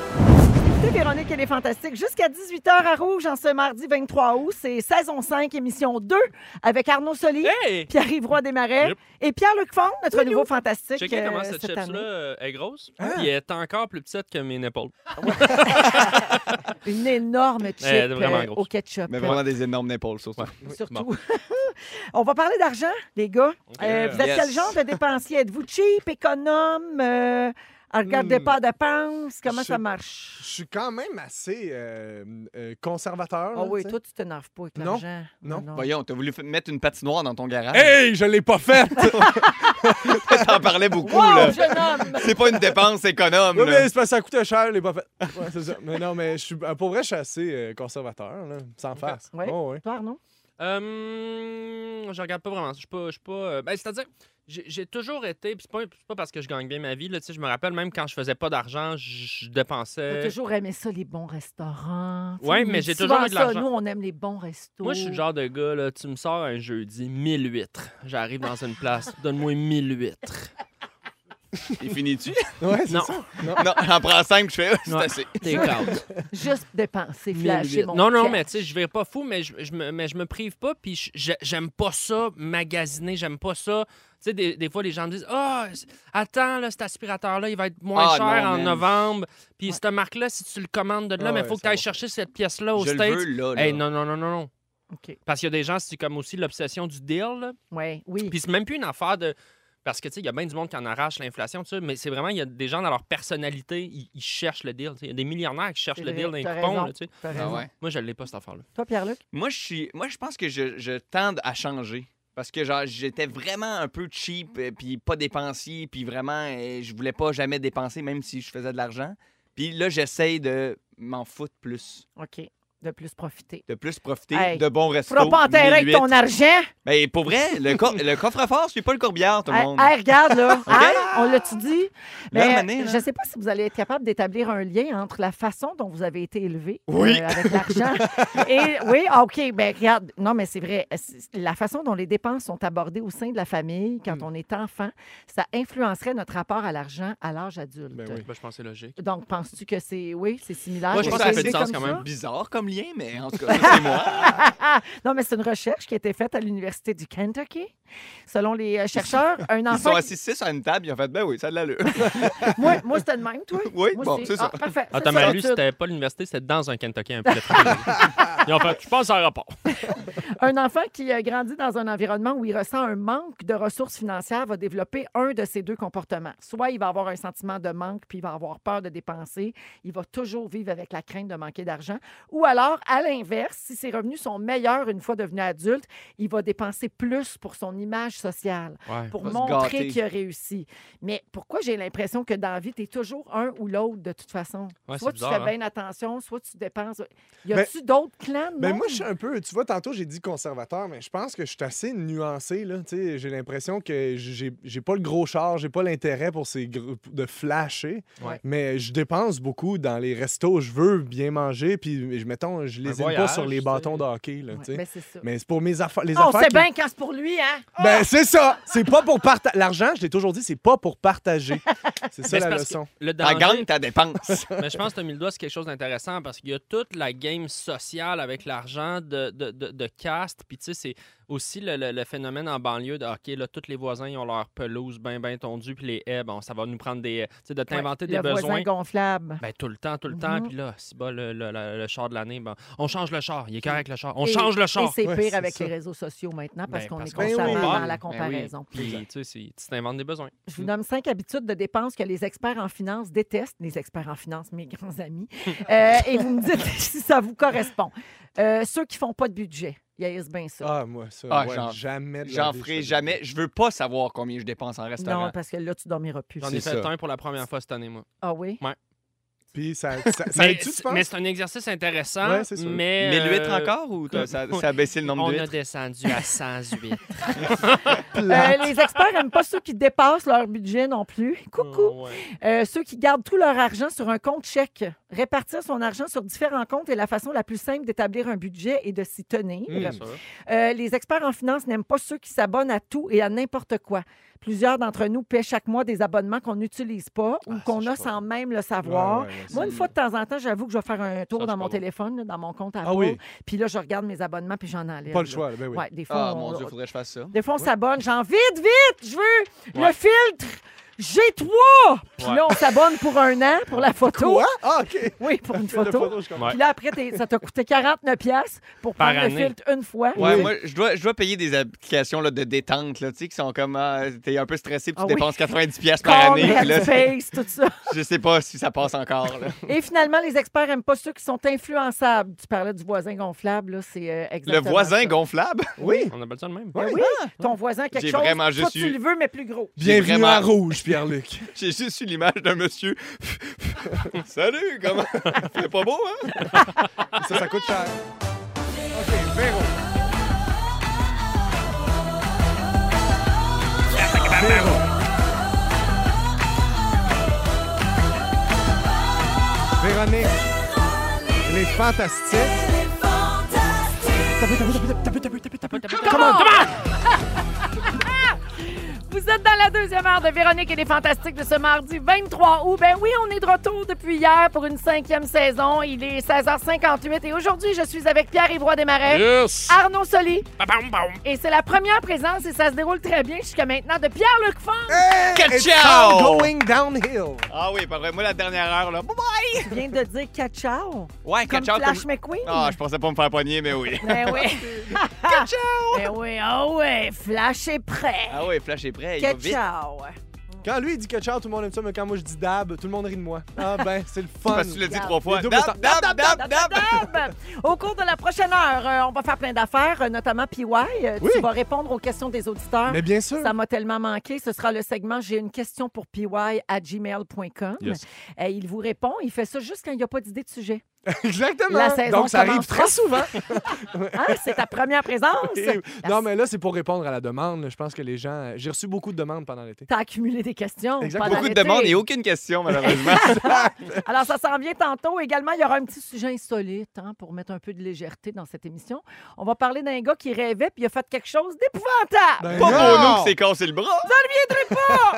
S2: Écoutez, Véronique, elle est fantastique. Jusqu'à 18h à Rouge, en ce mardi 23 août, c'est saison 5, émission 2, avec Arnaud Soli,
S4: Hey!
S2: Pierre-Yves Roy Desmarais
S4: Yep.
S2: et Pierre-Luc Fond, notre nouveau fantastique
S4: Checkez
S2: euh,
S4: comment cette
S2: cette
S4: chips-là
S2: année.
S4: euh, est grosse. Il est encore plus petite que mes épaules.
S2: Une énorme chip
S4: elle est vraiment
S2: euh,
S4: grosse.
S2: au ketchup. euh,
S3: Mais vraiment des énormes épaules, surtout.
S2: Surtout. On va parler d'argent, les gars. Euh, vous êtes
S3: Yes.
S2: quel genre de dépensier? Êtes-vous cheap, économe? Euh, regardez
S1: Hmm.
S2: pas de dépenses? Comment
S1: Je-
S2: ça marche?
S1: Je suis quand même assez euh, euh, conservateur.
S2: Ah
S1: là,
S2: oui,
S1: tu sais.
S2: toi, tu t'énerves pas avec
S1: Non,
S2: l'argent. Ah
S1: non. Bah,
S3: Voyons, t'as voulu f- mettre une patinoire dans ton garage.
S1: Hey, je l'ai pas fait!
S3: T'en parlais beaucoup, là.
S2: Wow, jeune homme!
S3: C'est pas une dépense économe,
S1: Oui,
S3: là.
S1: mais c'est parce que ça coûtait cher, je l'ai pas fait. Ouais, c'est ça. Mais non, mais je suis, pour vrai, je suis assez euh, conservateur, là, sans farce.
S2: Ouais.
S1: Oh, ouais.
S2: Toi, Arnaud?
S4: Euh, je regarde pas vraiment. Je suis pas. Je suis pas euh, ben, C'est-à-dire, j'ai j'ai toujours été. puis C'est pas, c'est pas parce que je gagne bien ma vie. Là, tu sais, je me rappelle même quand je faisais pas d'argent, je je
S2: T'as
S4: dépensais.
S2: toujours aimé ça, les bons restaurants. Tu
S4: Euh, Ouais,
S2: sais, on
S4: mais
S2: dit
S4: j'ai
S2: souvent
S4: toujours eu de
S2: ça,
S4: l'argent.
S2: Nous, on aime les bons restos.
S4: Moi, je suis le genre de gars, là, tu me sors un jeudi, 1000 huîtres. J'arrive dans une place, donne-moi 1000 huîtres.
S3: Il finit-tu?
S1: Ouais, c'est
S4: Non.
S1: ça.
S3: non, j'en prends cinq, puis je fais, Ah, c'est
S4: Ouais.
S3: assez.
S4: T'es out.
S2: Juste dépenser,
S4: Mille
S2: flasher
S4: huit.
S2: mon
S4: Non, non,
S2: cash.
S4: mais tu sais, je vais pas fou, mais je, je me, mais je me prive pas, puis je- je- j'aime pas ça, magasiner, j'aime pas ça. Tu sais, des, des fois, les gens me disent Ah, c- attends, là, cet aspirateur-là, il va être moins
S3: Ah,
S4: cher
S3: non,
S4: en
S3: man.
S4: novembre. Puis cette marque-là, si tu le commandes de là,
S1: Ah
S4: mais
S1: ouais,
S4: il faut que
S1: ça
S4: tu ailles
S1: va.
S4: chercher cette pièce-là au
S3: Je le
S4: States.
S3: veux, là. là.
S4: Hey, non, non, non, non, non.
S2: OK.
S4: Parce qu'il y a des gens, c'est comme aussi l'obsession du deal, là.
S2: Ouais, oui.
S4: Puis c'est même plus une affaire de. Parce que, tu sais, il y a bien du monde qui en arrache l'inflation, tu sais, mais c'est vraiment, il y a des gens dans leur personnalité, ils, ils cherchent le deal. tu sais. Il y a des millionnaires qui cherchent
S2: C'est
S4: le deal
S2: vrai,
S4: d'un
S2: t'as
S4: coupon,
S2: raison.
S4: là, tu sais.
S2: T'as
S3: Ah
S2: raison.
S3: ouais.
S4: Moi, je l'ai pas, cette affaire-là.
S2: Toi, Pierre-Luc?
S3: Moi, je suis, moi, je pense que je, je tende à changer. Parce que genre, j'étais vraiment un peu cheap, euh, puis pas dépensier, puis vraiment, euh, je voulais pas jamais dépenser, même si je faisais de l'argent. Puis là, j'essaye de m'en foutre plus,
S2: OK. De plus profiter.
S3: de plus profiter
S2: Hey,
S3: de bons restos.
S2: Feras pas enterrer avec
S3: 1008.
S2: ton argent.
S3: Ben, pour vrai, le, co- le coffre-fort, c'est pas le corbillard, tout le
S2: Hey,
S3: monde.
S2: hey, regarde, là. Hein? On l'a-tu dit?
S3: Là,
S2: Mais euh,
S3: mané, là.
S2: je ne sais pas si vous allez être capable d'établir un lien entre la façon dont vous avez été élevé euh,
S3: Oui.
S2: avec l'argent et oui, ah, OK, ben regarde, non mais c'est vrai, c'est- la façon dont les dépenses sont abordées au sein de la famille quand
S3: Mm.
S2: on est enfant, ça influencerait notre rapport à l'argent à l'âge adulte.
S1: Ben oui.
S4: Ben, je pense que c'est logique.
S2: Donc penses-tu que c'est oui, c'est similaire
S4: Moi, je
S3: Pour
S4: pense
S2: C'est
S4: que ça
S3: c'est
S4: fait du
S2: comme
S4: sens quand même.
S3: bizarre comme lien, mais en tout cas, ça, c'est moi.
S2: non, mais c'est une recherche qui a été faite à l'université du Kentucky. Selon les euh, chercheurs, un
S3: Ils sont
S2: enfant
S3: assis six à une table, ils ont fait, ben oui, ça a de l'allure.
S2: Moi, moi c'était de même, toi.
S3: Oui,
S2: Moi,
S3: bon, c'est ça.
S2: Ah, parfait. C'est
S4: Attends,
S2: ça,
S4: mais lui,
S2: l'étude.
S4: c'était pas l'université, c'était dans un Kentucky un peu. Ils ont fait, je pense à un rapport.
S2: Un enfant qui euh, grandit dans un environnement où il ressent un manque de ressources financières va développer un de ces deux comportements. Soit il va avoir un sentiment de manque, puis il va avoir peur de dépenser. Il va toujours vivre avec la crainte de manquer d'argent. Ou alors, à l'inverse, si ses revenus sont meilleurs une fois devenu adulte, il va dépenser plus pour son image sociale, pour
S3: va se
S2: montrer
S3: gâter.
S2: qu'il a réussi. Mais pourquoi j'ai l'impression que dans la vie, tu es toujours un ou l'autre de toute façon?
S4: Ouais,
S2: soit
S4: c'est
S2: tu
S1: hein.
S4: bizarre, hein.
S2: fais bien attention, soit tu dépenses. Y a-tu d'autres clans? de
S1: Ben
S2: monde?
S1: moi, je suis un peu. Tu vois, tantôt, j'ai dit conservateur, mais je pense que je suis assez nuancé. Là. Tu sais, J'ai l'impression que j'ai j'ai pas le gros char, j'ai pas l'intérêt pour ces gros- de flasher.
S4: Ouais.
S1: Mais je dépense beaucoup dans les restos. Je veux bien manger, puis je, mettons, je les aime pas
S4: voyage,
S1: sur les
S4: tu sais.
S1: bâtons de hockey. Là,
S2: Ouais,
S1: tu sais.
S2: ben c'est ça.
S1: Mais c'est pour mes affaires. Les
S2: Ah, on
S1: affaires
S2: sait
S1: qui-
S2: bien quand c'est pour lui, hein?
S1: Ben, c'est ça! C'est pas pour partager. L'argent, je l'ai toujours dit, c'est pas pour partager. C'est ça
S4: Mais c'est
S1: la
S4: parce que
S1: leçon.
S4: Le
S3: Ta
S4: danger,
S3: gang, ta dépense.
S4: mais je pense que t'as mis le doigt sur quelque chose d'intéressant parce qu'il y a toute la game sociale avec l'argent de, de, de, de caste. Puis, tu sais, c'est aussi le, le- le phénomène en banlieue de OK, là, tous les voisins, ils ont leur pelouse bien, bien tondue. Puis les haies, bon, ça va nous prendre des. Tu sais, de t'inventer
S2: le
S4: des besoins.
S2: voisin gonflable.
S4: Ben, tout le temps, tout le
S2: Mhm.
S4: temps. Puis là, si bas, le, le- le- le char de l'année, ben, on change le char. Il est correct, le char. On
S2: Et-
S4: change le
S2: Et
S4: char.
S2: c'est
S1: Ouais,
S2: pire
S1: c'est
S2: avec
S1: ça.
S2: les réseaux sociaux maintenant parce
S4: Ben,
S2: qu'on est
S4: parce
S1: qu'on se
S2: constamment
S1: compare.
S2: dans la
S3: Ben oui.
S2: comparaison.
S4: Puis, tu sais, c'est- tu t'inventes des besoins.
S2: Je vous nomme cinq habitudes de dépenses que les experts en finance détestent, les experts en finance, mes grands amis, Euh, et vous me dites si ça vous correspond. Euh, ceux qui font pas de budget, yaïs bien ça.
S1: Ah, moi, ça.
S3: Ah,
S1: ouais,
S3: j'en-
S1: jamais. de la
S3: J'en
S1: vie, je
S3: ferai
S1: fais
S3: jamais. Je veux pas savoir combien je dépense en restaurant.
S2: non, parce que là, tu dormiras plus.
S4: J'en ai
S3: C'est
S4: fait
S3: ça.
S4: un pour la première fois cette année, moi.
S2: Ah oui?
S1: Puis ça, ça, ça
S4: mais
S1: aide-tu, tu
S4: c'est-
S1: penses?
S4: mais c'est un exercice intéressant.
S1: Ouais, c'est sûr.
S4: Mais,
S3: Mais l'huître
S4: euh,
S3: encore ou t'as- ça, ça a baissé le nombre
S4: On a
S3: d'huîtres?
S4: descendu à 108.
S2: Euh, les experts n'aiment pas ceux qui dépassent leur budget non plus.
S4: Hmm.
S2: Coucou!
S4: Ouais.
S2: Euh, ceux qui gardent tout leur argent sur un compte chèque. Répartir son argent sur différents comptes est la façon la plus simple d'établir un budget et de s'y tenir.
S1: Mm.
S4: Ça.
S2: Euh, les experts en finance n'aiment pas ceux qui s'abonnent à tout et à n'importe quoi. Plusieurs d'entre nous paient chaque mois des abonnements qu'on n'utilise pas ou
S4: Ah, ça,
S2: qu'on
S4: je
S2: a
S4: sais pas.
S2: sans même le
S1: Ouais,
S2: savoir.
S1: ouais, ouais, ça.
S2: Moi, une fois de temps en temps, j'avoue que je vais faire un tour
S4: Ça,
S2: dans
S4: c'est
S2: mon
S4: pas bon.
S2: téléphone, là, dans mon compte Apple.
S1: Ah oui,
S2: Puis là, je regarde mes abonnements puis j'en enlève.
S1: pas le
S2: là.
S1: choix. Ben oui.
S2: Euh, Ouais, des fois,
S3: Ah,
S2: on-
S3: mon Dieu, faudrait que je fasse ça.
S2: des fois, on s'abonne. Genre, vite, vite, je veux le filtre. J'ai trois! Puis
S4: Ouais.
S2: là, on s'abonne pour un an pour la photo.
S1: Quoi? Ah, OK.
S2: Oui, pour une
S1: Le
S2: photo.
S1: photo, je comprends.
S4: Ouais.
S2: Puis là, après, t'es- ça t'a coûté 49$ piastres pour
S4: Par
S2: prendre le
S4: année.
S2: filtre une fois.
S3: Ouais,
S2: Oui.
S3: moi, je dois, je dois payer des applications là, de détente, là, tu sais, qui sont comme, ah, t'es un peu stressé, puis
S2: Ah
S3: tu
S2: oui.
S3: dépenses 90 pièces par
S2: Corn,
S3: année. puis là,
S2: Headspace, tout ça.
S3: je sais pas si ça passe encore. là.
S2: Et finalement, les experts n'aiment pas ceux qui sont influençables. Tu parlais du voisin gonflable, là, c'est euh,
S3: Le
S2: exactement
S3: voisin
S2: ça.
S3: gonflable,
S1: Oui.
S4: On appelle ça le même.
S1: Ouais.
S2: Ben oui, ton voisin a quelque
S3: J'ai
S2: chose,
S3: vraiment
S2: toi,
S3: juste
S2: tu
S3: eu-
S2: le veux, mais plus gros.
S1: Bienvenue
S3: vraiment-
S1: à Rouge, Pierre-Luc.
S3: j'ai juste eu l'image d'un monsieur. Salut, comment? C'est pas beau, hein?
S1: ça, ça coûte cher. OK, Véro. Véro. Véronique, les fantastiques. T'as vu, t'as vu, t'as vu, t'as vu, t'as vu, t'as vu, t'as vu, t'as vu.
S2: Vous Vous êtes dans la deuxième heure de Véronique et les Fantastiques de ce mardi 23 août. Ben oui, on est de retour depuis hier pour une cinquième saison. Il est 16h58 et aujourd'hui, je suis avec Pierre-Yvroy Desmarais,
S4: Yes!
S2: Arnaud Soli.
S4: Ba-bam, bam.
S2: Et c'est la première présence et ça se déroule très bien jusqu'à maintenant de Pierre-Luc Funk.
S1: It's
S3: ciao!
S1: all going downhill.
S3: Ah oui, pas vrai. Moi, la dernière heure, là. Bye-bye!
S2: vient de dire Catchao.
S3: Ouais,
S2: Comme
S3: catch-out,
S2: Flash
S3: comme-
S2: McQueen.
S3: Ah, je pensais pas me faire poigner, mais oui.
S2: Ben oui. Catchao. Ben oui, ah ouais, Flash est prêt.
S3: Ah oui, Flash est prêt. Il va vite.
S2: Catchao.
S1: Quand lui, il dit que ciao, tout le monde aime ça, mais quand moi, je dis dab, tout le monde rit de moi. Ah ben, c'est le fun.
S3: Parce que tu l'as dit trois fois.
S1: Les doubles
S3: Dab,
S1: standards.
S3: dab, dab,
S2: Dab,
S3: dab.
S2: dab, dab. Au cours de la prochaine heure, euh, on va faire plein d'affaires, euh, notamment PY. Euh,
S1: Oui.
S2: Tu vas répondre aux questions des auditeurs.
S1: Mais bien sûr.
S2: Ça m'a tellement manqué. Ce sera le segment J'ai une question pour PY à gmail.com.
S1: Yes.
S2: Euh, il vous répond. Il fait ça juste quand il n'y a pas d'idée de sujet.
S1: Exactement.
S2: La saison
S1: Donc, ça arrive
S2: commence
S1: très
S2: pas.
S1: souvent.
S2: Hein? C'est ta première présence.
S1: Et-
S2: La-
S1: non, mais là, c'est pour répondre à la demande. là. Je pense que les gens. J'ai reçu beaucoup de demandes pendant l'été.
S2: T'as accumulé des questions.
S1: Exact.
S2: pas
S3: Beaucoup de
S2: d'arrêter.
S3: demandes et aucune question, malheureusement.
S2: Alors, ça s'en vient tantôt. Également, il y aura un petit sujet insolite hein, pour mettre un peu de légèreté dans cette émission. On va parler d'un gars qui rêvait puis il a fait quelque chose d'épouvantable.
S1: Ben
S3: Pas pour
S1: non.
S3: nous qui s'est cassé le bras.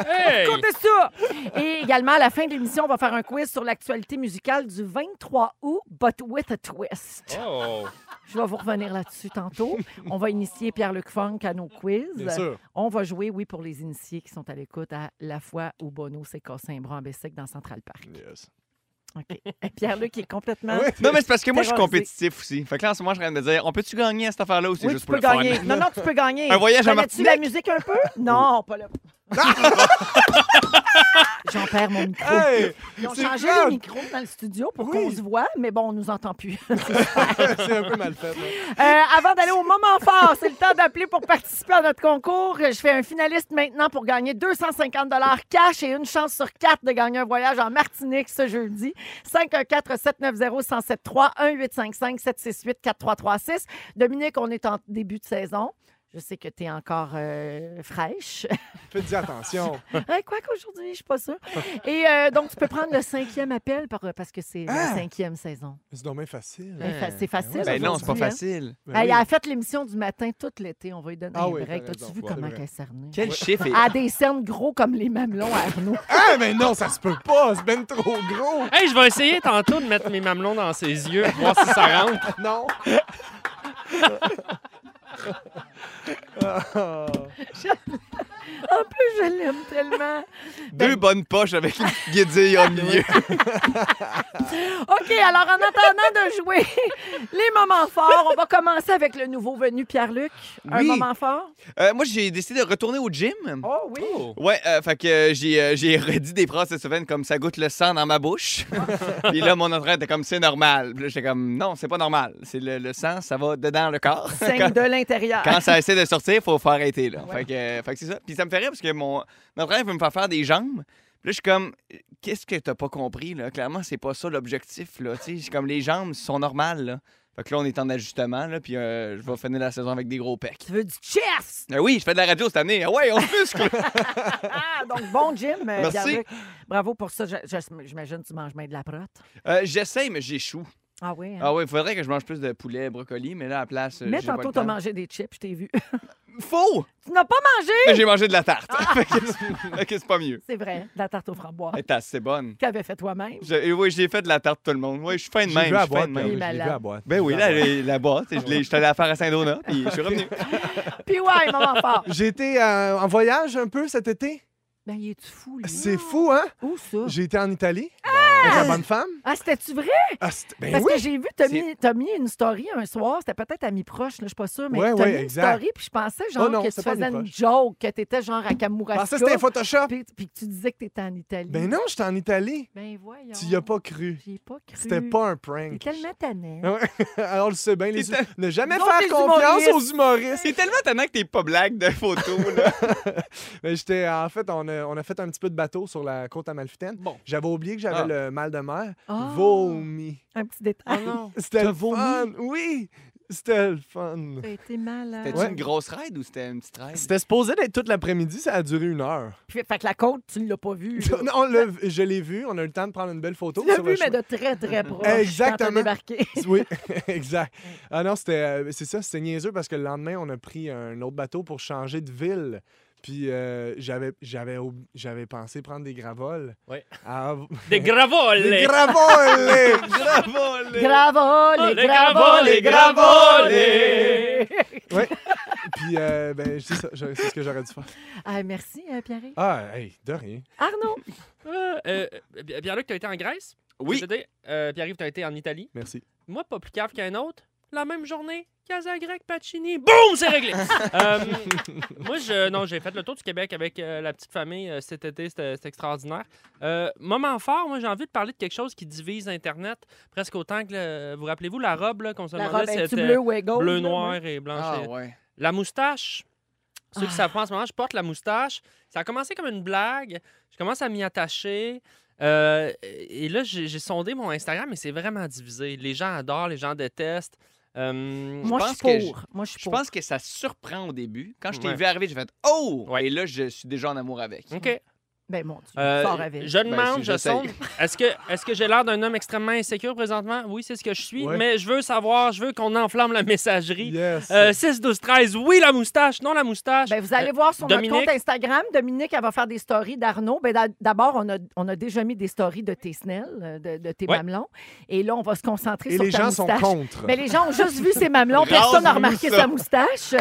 S4: Hey!
S2: Écoutez ça! Et également, à la fin de l'émission, on va faire un quiz sur l'actualité musicale du 23 août, but with a twist.
S4: Oh!
S2: Je vais vous revenir là-dessus tantôt. On va initier Pierre-Luc Funk à nos quiz.
S1: Bien sûr.
S2: On va jouer, oui, pour les initiés qui sont à l'écoute, à la fois où Bono s'est cassé un bras en Bessic dans Central Park.
S1: Yes.
S2: OK. Et Pierre-Luc est complètement...
S1: Oui.
S3: Non, mais c'est parce que moi, je suis
S2: Terrorisé.
S3: compétitif aussi. Fait que là, en ce moment, je suis en train de me dire, on peut-tu gagner à cette affaire-là ou c'est
S2: Oui,
S3: juste
S2: tu
S3: pour
S2: peux
S3: le
S2: gagner.
S3: fun?
S2: Non, non, tu peux gagner.
S3: Un voyage à
S2: Connais-tu la musique un peu? Non, pas là. J'en perds mon micro.
S1: Hey,
S2: Ils ont
S1: c'est
S2: changé
S1: plate.
S2: les micros dans le studio pour
S1: Oui.
S2: qu'on se voit, mais bon, on nous entend plus.
S1: c'est un peu mal fait. là.
S2: Euh, avant d'aller au moment fort, c'est le temps d'appeler pour participer à notre concours. Je fais un finaliste maintenant pour gagner 250 cash et une chance sur quatre de gagner un voyage en Martinique ce jeudi. 514-790-1073-1855-768-4336. Dominique, on est en début de saison. Je sais que tu es encore euh, fraîche.
S1: Fais dis attention.
S2: Ouais, quoi qu'aujourd'hui, je suis pas sûre. Et euh, donc, tu peux prendre le cinquième appel par- parce que c'est la
S1: Ah!
S2: cinquième saison.
S1: C'est dommage facile.
S2: Ben, fa- c'est facile.
S3: Ben non, c'est pas
S2: aujourd'hui, hein.
S3: facile.
S1: Ben
S2: Elle
S1: oui.
S2: a fait l'émission du matin tout l'été. On va lui donner
S1: Ah
S2: un
S1: oui,
S2: break.
S1: t'as
S2: T'as-tu
S1: raison.
S2: vu
S1: Ouais,
S2: comment
S1: c'est vrai.
S2: elle est cernée?
S3: Quel chiffre est...
S2: Elle a des cernes gros comme les mamelons à Arnaud.
S1: Ah, mais non, ça se peut pas. C'est ben trop gros.
S4: Hey, je vais essayer tantôt de mettre mes mamelons dans ses yeux, voir si ça rentre.
S1: Non. Ah.
S2: en plus, je l'aime tellement.
S3: Deux bonnes poches avec une petite guédille au milieu.
S2: OK, alors en attendant de jouer les moments forts, on va commencer avec le nouveau venu Pierre-Luc. Un
S3: Oui.
S2: moment fort?
S3: Euh, moi, j'ai décidé de retourner au gym.
S2: Oh oui.
S3: Ouais, euh, fait que euh, j'ai, euh, j'ai redit des phrases cette semaine comme ça goûte le sang dans ma bouche. Puis là, mon entraîneur était comme c'est normal. Puis là, j'étais comme non, c'est pas normal. C'est le, le sang, ça va dedans le corps.
S2: Saigne de l'intérieur.
S3: Quand ça essaie de sortir, faut faire arrêter. Là. Fait, que, euh, fait que c'est ça. Puis ça me fait rire parce que mon, mon entraîneur veut me faire faire des jambes. Puis là, je suis comme, euh, qu'est-ce que t'as pas compris? Là? Clairement, c'est pas ça l'objectif. Là. Tu sais, c'est comme les jambes sont normales. Là. Fait que là, on est en ajustement. Là, puis euh, je vais finir la saison avec des gros pecs.
S2: Tu veux du chess!
S3: Ah oui, je fais de la radio cette année. Ah ouais, on se muscle.
S2: Ah, donc bon Jim, euh,
S3: Merci.
S2: Pierre-Luc. Bravo pour ça. Je- je- J'imagine que tu manges bien de la prote.
S3: Euh, j'essaie, mais j'échoue.
S2: Ah oui. hein?
S3: Ah oui, il faudrait que je mange plus de poulet, brocoli, mais là, à la place. euh,
S2: Mais
S3: j'ai pas
S2: tantôt,
S3: le
S2: t'as
S3: temps.
S2: mangé des chips, je t'ai vu.
S3: Faux!
S2: tu n'as pas mangé!
S3: Mais j'ai mangé de la tarte. Fait que c'est- fait que c'est pas mieux.
S2: C'est vrai, de la tarte aux framboises.
S3: Elle est assez bonne.
S2: Qu'avais fait toi-même.
S3: Je- eh oui, j'ai fait de la tarte tout le monde. Oui, je suis fin de
S1: J'ai
S3: même.
S1: vu
S3: Je
S1: à
S3: suis fin
S1: boîte.
S3: de
S1: là,
S3: même.
S1: j'ai vu
S2: malade.
S1: à boîte.
S3: Ben oui,
S1: J'ai vu
S3: là,
S1: à boîte.
S3: la, la boîte, je l'ai- j'étais allé la faire à Saint-Donat, puis je suis revenu.
S2: Puis ouais, moment fort.
S1: J'ai été euh, en voyage un peu cet été.
S2: Ben, il est fou, lui.
S1: C'est fou, hein?
S2: Où ça?
S1: J'ai été en Italie avec la bonne femme.
S2: Ah, c'était-tu vrai?
S1: Ah, c'était- ben
S2: Parce
S1: oui.
S2: que j'ai vu, t'as
S3: C'est-
S2: mis, t'as mis une story un soir, c'était peut-être à mi-proche, là, je suis pas sûre, mais
S1: Ouais,
S2: t'as
S1: ouais,
S2: mis une
S1: exact.
S2: story, puis je pensais genre
S1: Oh non,
S2: que tu
S1: c'était pas à
S2: faisais une
S1: mi-proche.
S2: joke, que t'étais genre à
S1: Je
S2: Kamouraska,
S1: pensais que c'était un Photoshop.
S2: puis, puis que tu disais que t'étais en Italie.
S1: Ben non, j'étais en Italie.
S2: Ben voyons.
S1: Tu y as pas cru.
S2: J'y ai pas cru.
S1: C'était pas un
S2: T'es
S1: prank.
S2: tellement hein. tanné.
S1: Ah ouais. Alors, je sais bien, les... hum-,
S3: C'était-
S1: ne jamais
S2: Nous autres,
S1: faire
S2: les
S1: confiance
S2: humoristes.
S1: aux humoristes.
S3: C'est tellement tannant que t'es pas blague de photo, là.
S1: Mais Ben, j'étais, en fait, on a, on a fait un petit peu de bateau sur la côte amalfitaine.
S4: Bon.
S1: J'avais oublié que j'avais
S3: Ah.
S1: le mal de mer.
S2: Ah.
S1: Vomi.
S2: Un petit détail.
S1: C'était le fun. Oui, c'était le
S4: Ah,
S1: fun.
S2: T'as été malade.
S3: C'était-tu
S1: Ouais.
S3: une grosse ride ou c'était une petite ride?
S1: C'était supposé d'être toute l'après-midi, ça a duré une heure.
S2: Puis- fait que la côte, tu l'as pas vue. là.
S1: Non, on l'a- je l'ai vu, on a eu le temps de prendre une belle photo.
S2: Tu l'as
S1: sur le
S2: vue, mais
S1: chemin.
S2: de très,
S4: Mm-hmm.
S2: très proche. Quand
S1: Exactement.
S2: t'as débarqué.
S1: Oui, exact. Ah non, c'était, euh, c'est ça, c'était niaiseux parce que le lendemain, on a pris un autre bateau pour changer de ville. Puis euh, j'avais, j'avais, ob- j'avais pensé prendre des gravoles.
S4: Ouais.
S1: à-
S4: Des gravoles!
S1: des gravoles!
S2: Gravoles,
S4: Ah, Les
S2: gravoles,
S4: gravoles,
S2: gravoles.
S1: ouais. Puis, euh, ben, c'est ça, j'aurais- c'est ce que j'aurais dû faire.
S2: Ah, merci, euh, Pierre.
S1: Ah, hey, de rien.
S2: Arnaud,
S4: Euh, euh, Bi- Pierre-Luc, t'as été en Grèce?
S3: Oui.
S4: J'ai été. Euh, Pierre-Yves, t'as été en Italie?
S1: Merci.
S4: Moi, pas plus cave qu'un autre. La même journée, Casa Grec, Pacini, boum, c'est réglé. Euh, moi, je, non, j'ai fait le tour du Québec avec euh, la petite famille euh, cet été, c'était c'était extraordinaire. Euh, moment fort, moi, j'ai envie de parler de quelque chose qui divise Internet presque autant que, le- vous rappelez-vous, la robe là, qu'on se
S2: la
S4: demandait,
S2: robe est-tu
S4: c'était
S2: bleue ou est gauche,
S4: bleu,
S2: là,
S4: noir et blanc.
S3: Ah
S4: c'est-
S3: ouais.
S4: La moustache. Ceux qui
S2: Ah.
S4: savent pas en ce moment, je porte la moustache. Ça a commencé comme une blague. Je commence à m'y attacher. Euh, et là, j'ai j'ai sondé mon Instagram et c'est vraiment divisé. Les gens adorent, les gens détestent. Euh,
S2: Moi,
S3: Je
S2: je
S3: pense que
S2: suis pour. Moi, je suis
S3: Je
S2: pour.
S3: pense que ça surprend au début. Quand je t'ai
S4: Ouais.
S3: vu arriver, j'ai fait Oh!
S4: Ouais.
S3: Et là, je suis déjà en amour avec.
S4: OK.
S2: Ben, mon Dieu,
S4: Euh,
S2: fort avec.
S4: je demande,
S3: Ben, si
S4: je
S3: j'essaye.
S4: sonde. Est-ce que, est que j'ai l'air d'un homme extrêmement insécure présentement? Oui, c'est ce que je suis.
S1: Ouais.
S4: Mais je veux savoir, je veux qu'on enflamme la messagerie.
S1: Yes.
S4: Euh, 6, 12, 13, oui, la moustache, non, la moustache.
S2: Ben, vous allez voir sur
S4: euh, Dominique-
S2: notre compte Instagram. Dominique, elle va faire des stories d'Arnaud. Ben, d'a- D'abord, on a, on a déjà mis des stories de tes snelles, euh, de, de tes
S4: Ouais.
S2: mamelons. Et là, on va se concentrer
S1: Et
S2: sur
S1: les
S2: ta
S1: gens sont
S2: moustache.
S1: contre.
S2: Mais les gens ont juste vu ses mamelons. Personne n'a
S3: Rase-nous
S2: remarqué
S3: ça.
S2: sa moustache.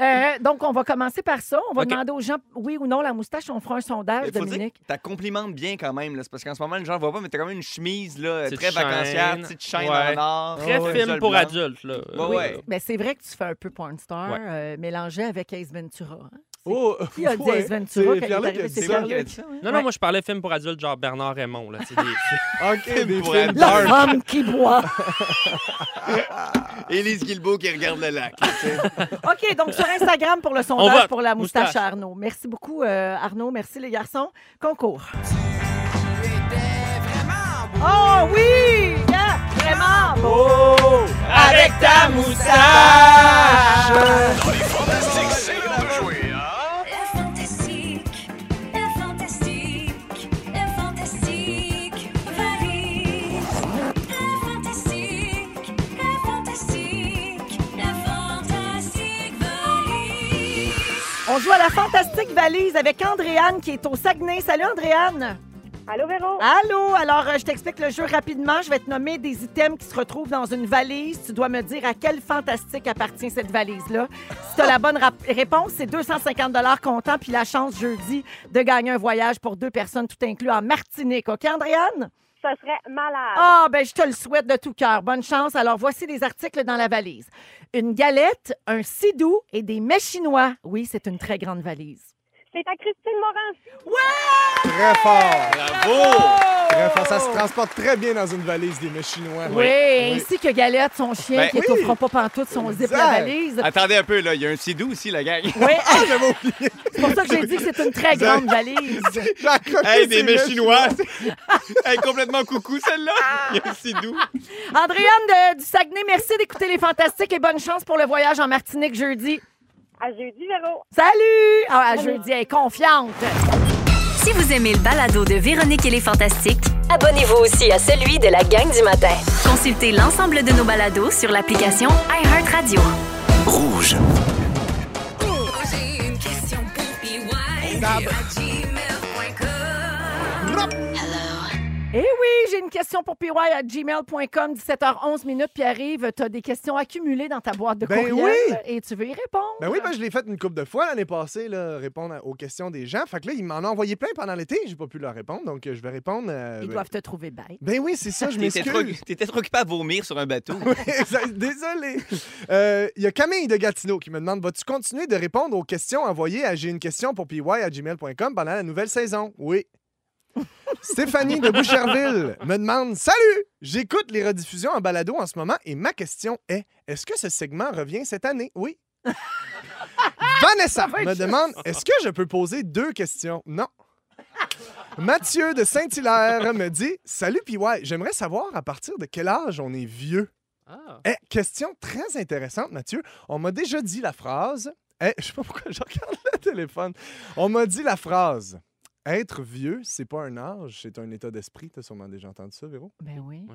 S2: Euh, donc, on va commencer par ça. On va
S4: OK.
S2: demander aux gens, oui ou non, la moustache. On fera un
S3: Mais
S2: sondage,
S3: faut dire
S2: Ah, Dominique.
S3: T'as complimente bien quand même, là. C'est parce qu'en ce moment, les gens ne voient pas, mais t'as quand même une chemise là,
S4: Petite
S3: très vacancière,
S4: chaîne.
S3: petite chaîne
S4: Ouais.
S3: en or.
S4: Très
S3: Ah Ouais.
S4: film
S3: Seul
S4: pour
S3: blanc.
S4: adultes. Là.
S3: Ouais,
S4: Oui.
S3: ouais.
S2: Ben, c'est vrai que tu fais un peu porn star
S4: Ouais.
S2: euh, mélangé avec Ace Ventura. hein.
S1: Oh,
S2: Qui a dit
S1: ouais,
S2: Ace Ventura
S1: c'est
S2: quand il est
S1: Pierre-Luc
S2: arrivé,
S1: qui a
S2: c'est
S1: dit
S3: C'est
S1: ça.
S3: moi qui avais dit ça. ouais.
S4: Non, non, moi, je parlais film pour adultes, genre Bernard Raymond. Là, tu sais, des-
S1: OK, des
S3: Pour
S1: films
S3: elle.
S2: La
S1: dark.
S2: femme qui boit.
S3: Élise Guilbeault qui regarde le lac.
S2: OK, donc sur Instagram pour le sondage
S4: vote.
S2: pour la moustache,
S4: Moustache.
S2: à Arnaud. Merci beaucoup, euh, Arnaud. Merci, les garçons. Concours. Oh oui! Yeah, vraiment beau.
S4: Avec ta moustache!
S6: Fantastique, c'est l'heure de jouer, hein?
S5: Le fantastique, le fantastique, le fantastique, valise. Le fantastique, le fantastique, le fantastique, valise.
S2: On joue à la fantastique valise avec Andréane qui est au Saguenay. Salut, Andréane.
S8: Allô, Véro?
S2: Allô? Alors, euh, je t'explique le jeu rapidement. Je vais te nommer des items qui se retrouvent dans une valise. Tu dois me dire à quel fantastique appartient cette valise-là. Si tu as la bonne rap- réponse, c'est 250 comptant, puis la chance jeudi de gagner un voyage pour deux personnes, tout inclus en Martinique. OK, Andréane?
S8: Ça serait malade.
S2: Ah, ben je te le souhaite de tout cœur. Bonne chance. Alors, voici les articles dans la valise. Une galette, un sidou et des mets chinois. Oui, c'est une très grande valise.
S8: C'est à Christine Morancy.
S1: Très fort.
S3: Bravo!
S1: Très fort. Ça se
S3: Oh!
S1: transporte très bien dans une valise des mets chinois.
S2: Oui, ainsi que Galette, son chien,
S3: Ben
S2: qui est
S1: oui.
S2: au front pas pantoute, son zip
S1: Exact.
S2: la valise.
S3: Attendez un peu, là. Il y a un sidou aussi, la gang.
S2: Oui,
S1: Ah, j'avais oublié.
S2: c'est pour ça que j'ai dit que c'est une très grande valise.
S1: J'ai accroché
S3: Hey,
S1: ces
S3: des mets
S1: mets
S3: chinois! hey, complètement coucou, celle-là! Il y a un sidou.
S2: Andréane de- du Saguenay, merci d'écouter Les Fantastiques et bonne chance pour le voyage en Martinique jeudi.
S8: À jeudi, Véro.
S2: Salut! Ah, à jeudi, elle est confiante.
S5: Si vous aimez le balado de Véronique et les Fantastiques,
S7: Abonnez-vous aussi à celui de la gang du matin.
S5: consultez l'ensemble de nos balados sur l'application iHeartRadio.
S6: Rouge.
S9: J'ai une question pour PY à gmail.com.
S2: Eh oui, j'ai une question pour PY à gmail.com, 17h11 minutes. Puis arrive, tu as des questions accumulées dans ta boîte de
S1: Ben
S2: courriel
S1: oui.
S2: et tu veux y répondre.
S1: Ben oui, ben je l'ai fait une couple de fois l'année passée, là, répondre à- aux questions des gens. Fait que là, ils m'en ont envoyé plein pendant l'été. J'ai pas pu leur répondre, donc euh, je vais répondre. euh,
S2: Ils
S1: ben-
S2: doivent te trouver bête.
S1: Ben oui, c'est ça, je
S3: T'étais trop,
S1: m'excuse.
S3: t'étais trop occupé à vomir sur un bateau.
S1: Exact. Désolé. Euh, Il y a Camille de Gatineau qui me demande Vas-tu continuer de répondre aux questions envoyées à j'ai une question pour py à gmail.com pendant la nouvelle saison Oui. Stéphanie de Boucherville me demande Salut J'écoute les rediffusions en balado en ce moment et ma question est Est-ce que ce segment revient cette année Oui. Vanessa
S2: va être
S1: me
S2: juste.
S1: demande Est-ce que je peux poser deux questions Non. Mathieu de Saint-Hilaire me dit Salut PY, j'aimerais savoir à partir de quel âge on est vieux.
S4: Ah.
S1: Eh, question très intéressante, Mathieu. On m'a déjà dit la phrase. Eh, je sais pas pourquoi je regarde le téléphone. On m'a dit la phrase. Être vieux, c'est pas un âge, c'est un état d'esprit. T'as sûrement déjà entendu ça, Véro?
S2: Ben oui.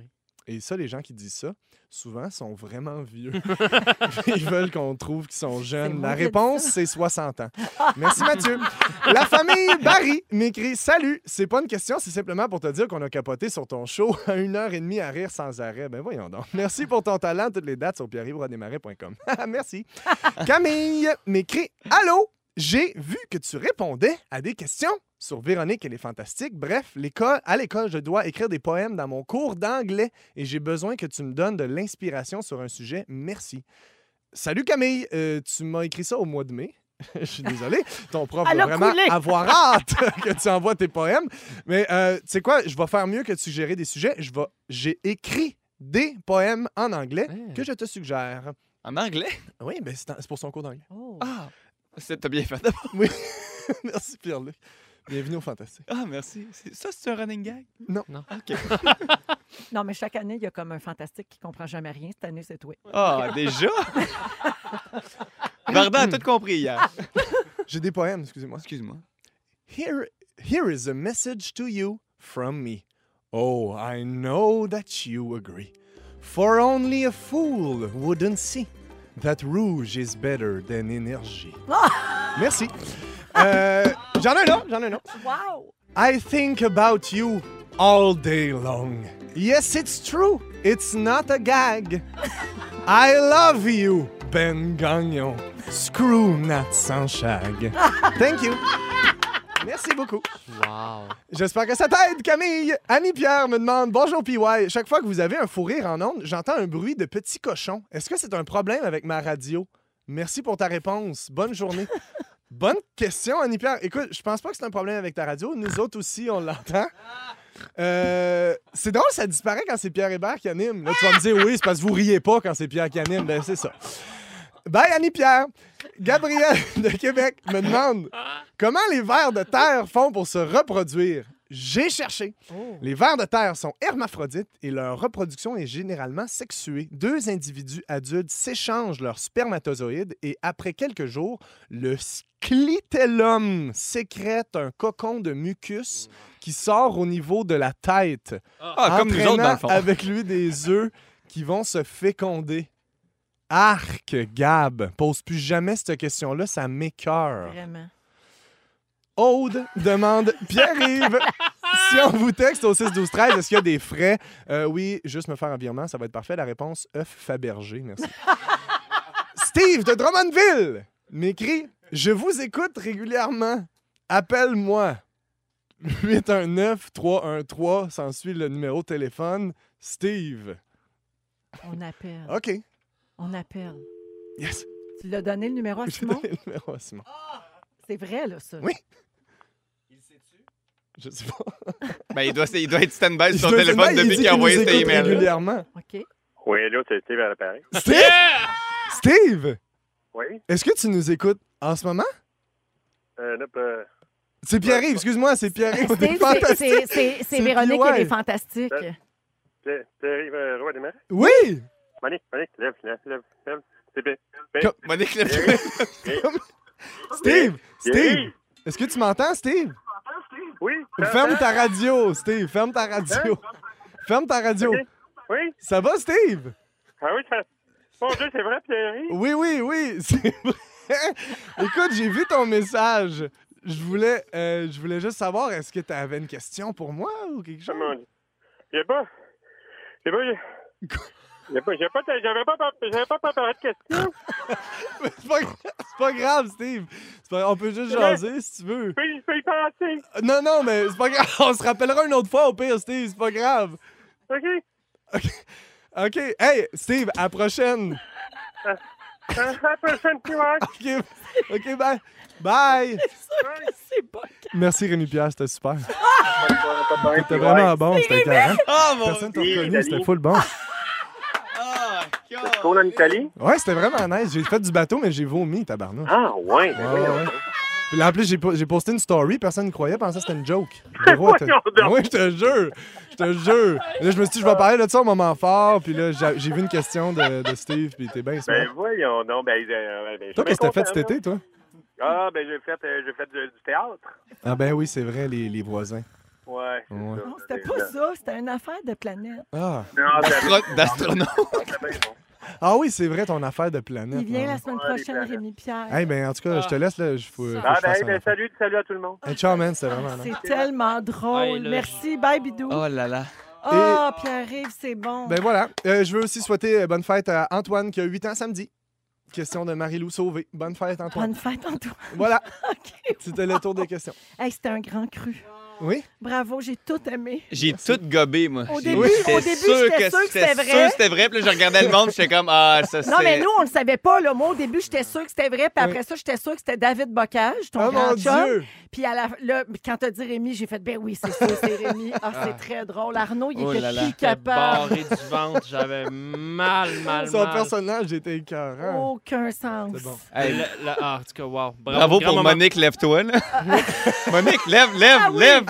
S1: Et ça, les gens qui disent ça, souvent, sont vraiment vieux. Ils veulent qu'on trouve qu'ils sont jeunes.
S2: moi
S1: La
S2: qui ai dit
S1: réponse, c'est 60 ans. Merci, Mathieu. La famille Barry m'écrit Salut, c'est pas une question, c'est simplement pour te dire qu'on a capoté sur ton show à une heure et demie à rire sans arrêt. Ben voyons donc. Merci pour ton talent. Toutes les dates sur pierre-yves-rodemarais.com. Merci. Camille m'écrit Allô, j'ai vu que tu répondais à des questions sur Véronique et les Fantastiques. Bref, l'école, à l'école, je dois écrire des poèmes dans mon cours d'anglais et j'ai besoin que tu me donnes de l'inspiration sur un sujet. Merci. Salut Camille, Euh, tu m'as écrit ça au mois de mai. Je suis désolé, ton prof
S2: Elle
S1: va
S2: a
S1: vraiment
S2: coulé.
S1: avoir hâte que tu envoies tes poèmes. Mais euh, tu sais quoi, je vais faire mieux que de suggérer des sujets. Je vais, j'ai écrit des poèmes en anglais
S4: Hein.
S1: que je te suggère.
S3: En anglais?
S1: Oui, mais c'est en- c'est pour son cours d'anglais.
S2: Oh.
S3: Ah! C'est- T'as bien fait d'abord.
S1: Oui. Merci, Pierre-Luc. Bienvenue au Fantastique.
S3: Ah, merci. C'est- Ça, c'est un running gag?
S1: Non.
S4: Non.
S3: OK.
S2: Non, mais chaque année, il y a comme un fantastique qui comprend jamais rien. Cette année, c'est toi.
S3: Ah, déjà? Varda a tout compris hier.
S1: J'ai des poèmes, excusez-moi.
S3: Excuse-moi.
S1: Here, here is a message to you from me. Oh, I know that you agree. For only a fool wouldn't see that rouge is better than energy. Merci. Euh, j'en ai un autre, j'en ai un autre.
S2: Wow!
S1: I think about you all day long. Yes, it's true. It's not a gag. I love you, Ben Gagnon. Screw Nat Sanchag. Thank you. Merci beaucoup.
S4: Wow.
S1: J'espère que ça t'aide, Camille. Annie-Pierre me demande Bonjour, PY. Chaque fois que vous avez un fou rire en ondes, j'entends un bruit de petit cochon. Est-ce que c'est un problème avec ma radio Merci pour ta réponse. Bonne journée. Bonne question, Annie-Pierre. Écoute, je pense pas que c'est un problème avec ta radio. Nous autres aussi, on l'entend. Euh, c'est drôle, ça disparaît quand c'est Pierre Hébert qui anime. Là, tu vas me dire Oui, c'est parce que vous riez pas quand c'est Pierre qui anime. Ben, c'est ça. Bye, Annie-Pierre. Gabriel de Québec me demande Comment les vers de terre font pour se reproduire? J'ai cherché. Les vers de terre sont hermaphrodites et leur reproduction est généralement sexuée. Deux individus adultes s'échangent leurs spermatozoïdes et après quelques jours, le sclitellum sécrète un cocon de mucus qui sort au niveau de la tête,
S3: Ah, comme nous autres, dans le fond.
S1: entraînant avec lui des œufs qui vont se féconder. Arc, Gab, pose plus jamais cette question-là, ça m'écœure.
S2: Vraiment.
S1: Aude demande Pierre-Yves, si on vous texte au 6 12 13 est-ce qu'il y a des frais Euh, Oui, juste me faire un virement, ça va être parfait. La réponse œuf Fabergé, merci. Steve de Drummondville m'écrit Je vous écoute régulièrement. Appelle-moi. 819 313 s'ensuit le numéro de téléphone. Steve.
S2: On appelle.
S1: OK.
S2: On appelle.
S1: Yes.
S2: Tu l'as donné le numéro à
S1: J'ai
S2: Simon?
S1: donné le numéro à Simon.
S2: C'est vrai, là, ça.
S1: Oui. Je sais pas.
S3: Ben, il doit, il doit être stand-by sur son
S1: Je te- non,
S3: téléphone
S1: il dit
S3: depuis qu'il a
S1: nous
S3: envoyé cet
S1: écoute
S3: email.
S1: régulièrement.
S2: OK.
S10: Oui, là, c'est Steve à l'appareil.
S1: Steve! Steve!
S10: Oui.
S1: Est-ce que tu nous écoutes en ce moment?
S10: Euh, là, euh,
S1: C'est Pierre-Yves, excuse-moi, c'est Pierre-Yves.
S2: Steve,
S1: C'est
S2: c'est-
S1: fantastique.
S2: c'est- c'est-
S1: C'est
S2: c'est Véronique, elle
S1: PY.
S2: est fantastique.
S4: Ben,
S10: Euh, Pierre- Pierre-Yves euh, Roy des Marais.
S1: Oui!
S10: Monique, Monique, lève, lève, lève, lève. C'est bien.
S3: Monique Lefebvre.
S1: Steve! Steve!
S10: Pierre-Yves.
S1: Est-ce que tu m'entends, Steve?
S10: Oui.
S1: Ferme ta radio, Steve. Ferme ta radio. Ferme ta radio.
S10: Hein? Ok. Oui.
S1: Ça va, Steve?
S10: Ah oui, ça... Mon Dieu, c'est vrai, Pierre-Yves?
S1: Oui, oui, oui. C'est vrai. Écoute, j'ai vu ton message. Je voulais, euh, je voulais juste savoir, est-ce que tu avais une question pour moi ou quelque
S10: Ah,
S1: chose?
S10: mon Dieu. J'ai pas... J'ai pas... J'ai pas... J'ai pas... J'avais pas... J'avais pas préparé de questions.
S1: C'est pas, c'est pas grave, Steve. C'est pas- on peut juste jaser si tu veux.
S10: Puis, je peux y penser.
S1: Euh, Non, non, mais c'est pas grave. On se rappellera une autre fois au pire, Steve. C'est pas grave.
S10: OK?
S1: OK. Hey, Steve, à la prochaine.
S10: À à Hein, la prochaine, Pierre.
S1: OK. OK, bye. Bye.
S2: C'est bon.
S1: Merci, Rémi Pierre. C'était super. C'était vraiment bon. C'était carré.
S3: Ah, mon
S1: Personne t'a
S10: Dieu,
S1: reconnu. C'était
S10: Dani.
S1: full bon.
S3: Ah, God.
S10: Cool en Italie?
S1: Ouais, c'était vraiment nice. J'ai fait du bateau, mais j'ai vomi, tabarnak.
S10: Ah,
S1: Ouais,
S10: ouais.
S1: ouais. Puis là, en plus, j'ai po- j'ai posté une story, personne ne croyait, pensait que c'était une joke. Le roi était-
S10: Voyons donc.
S1: Ah oui, je te jure, je te jure. Là, je me suis dit, je vais parler de ça au moment fort, puis là, j'a- j'ai vu une question de, de Steve, puis t'es bien
S10: Ben
S1: smart.
S10: voyons donc, ben... euh, ben, je suis
S1: Toi,
S10: bien
S1: qu'est-ce que t'as fait
S10: content,
S1: cet
S10: là.
S1: été, toi?
S10: Ah, ben j'ai fait, euh, j'ai fait du, du théâtre.
S1: Ah ben oui, c'est vrai, les, les voisins.
S10: Ouais. c'est
S1: Ouais.
S10: ça. Ben,
S2: Non, c'était pas ça. C'était une affaire de planète.
S1: Ah.
S10: Non, t'as-
S3: Crotte d'astronaute.
S10: Ah, t'as bien bon.
S1: ah oui, c'est vrai, ton affaire de planète.
S2: Il vient
S1: hein.
S2: la semaine
S10: Ouais, les
S2: prochaine,
S10: planètes.
S2: Rémi Pierre.
S1: Hey, ben, en tout cas, je te laisse, là. Je faut, faut que
S10: Ah,
S1: je
S10: ben,
S1: fasse
S10: hey,
S1: un
S10: ben,
S1: affaire.
S10: salut, salut à tout le monde.
S1: Hey, ciao, man, c'était vraiment nice.
S2: C'est tellement drôle.
S4: Hey, là,
S2: Merci. Bye, Bidou.
S3: Oh là là.
S2: Ah, Pierre-Yves, c'est bon.
S1: Ben voilà. Euh, je veux aussi souhaiter euh, bonne fête à Antoine qui a 8 ans samedi. Question de Marie-Lou Sauvé. Bonne fête, Antoine.
S2: Bonne fête, Antoine.
S1: Voilà,
S2: OK.
S1: c'était le tour des questions. Oh
S2: Hey, c'était un grand cru.
S1: Oui?
S2: Bravo, j'ai tout aimé.
S3: J'ai tout gobé, moi.
S2: Au
S3: J'ai-
S2: début-
S3: j'étais
S2: au début, j'étais sûre que
S3: c'était
S2: c'était
S3: sûr
S2: vrai.
S3: c'était vrai. Puis là, je regardais le monde, j'étais comme, ah, ça, c'est...
S2: Non, mais nous, on le savait pas. Là. Moi, au début, j'étais sûre que c'était vrai. Puis après ça, j'étais sûre que c'était David Bocage, ton
S1: Oh
S2: grand
S1: mon
S2: chum.
S1: Dieu!
S2: Puis à la, là, quand t'as dit Rémi, j'ai fait, ben oui, c'est sûr, c'est Rémi. Ah, c'est très drôle. Arnaud, il
S3: Oh
S2: était
S3: là là,
S2: plus
S4: J'étais
S2: capable.
S4: barré du ventre, j'avais mal, mal,
S1: Son
S4: mal.
S1: personnage
S2: Oh.
S1: était écœurant.
S2: Aucun sens.
S1: C'est bon.
S4: Hey, le- le- ah, en tout cas, wow.
S3: Bravo
S4: grand
S3: pour
S4: moment.
S3: Monique, lève-toi, là. Monique, lève, lève,
S2: Ah oui,
S3: lève,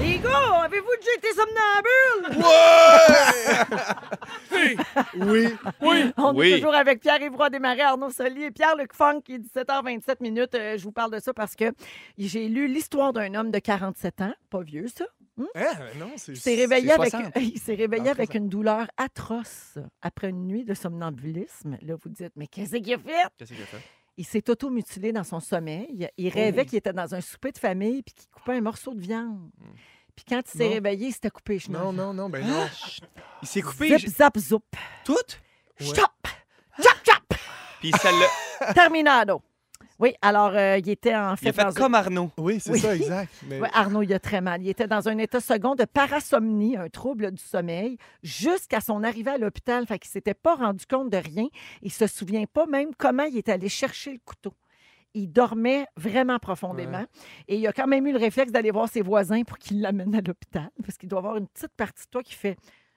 S2: Les gars, avez-vous déjà été somnambule?
S1: Oui.
S2: On est
S3: Oui.
S2: toujours avec Pierre-Yves Roy Desmarais, Arnaud Soli et Pierre Luc Funk, qui est 17h27 minutes. Euh, je vous parle de ça parce que j'ai lu l'histoire d'un homme de 47 ans, pas vieux ça,
S1: Hein? Non, c'est
S2: Il s'est réveillé,
S3: C'est
S2: avec,
S3: 60.
S2: il s'est réveillé
S1: Dans
S2: avec
S1: 13
S2: une douleur atroce après une nuit de somnambulisme. Là, vous dites, mais qu'est-ce qu'il a fait?
S3: Qu'est-ce qu'il a fait?
S2: Il s'est automutilé dans son sommeil. Il rêvait qu'il était dans un souper de famille puis qu'il coupait un morceau de viande. Puis quand il s'est
S1: Non.
S2: réveillé, il s'était coupé les cheveux.
S1: Non, non, non, ben
S2: Ah,
S1: non.
S3: Il s'est coupé
S2: Zip, zap, zoup.
S3: tout.
S2: Chop! Chop, chop!
S3: Puis ça l'a...
S2: Terminado. Oui, alors, euh, il était en fait...
S3: Il a
S2: dans un-
S3: fait comme Arnaud.
S1: Oui, c'est
S2: Oui.
S1: ça, exact. Mais...
S2: Ouais, Arnaud, il a très mal. Il était dans un état second de parasomnie, un trouble du sommeil, jusqu'à son arrivée à l'hôpital. Fait qu'il s'était pas rendu compte de rien. Il se souvient pas même comment il est allé chercher le couteau. Il dormait vraiment profondément. Et il a quand même eu le réflexe d'aller voir ses voisins pour qu'ils l'amènent à l'hôpital. Parce qu'il doit avoir une petite partie de toi qui fait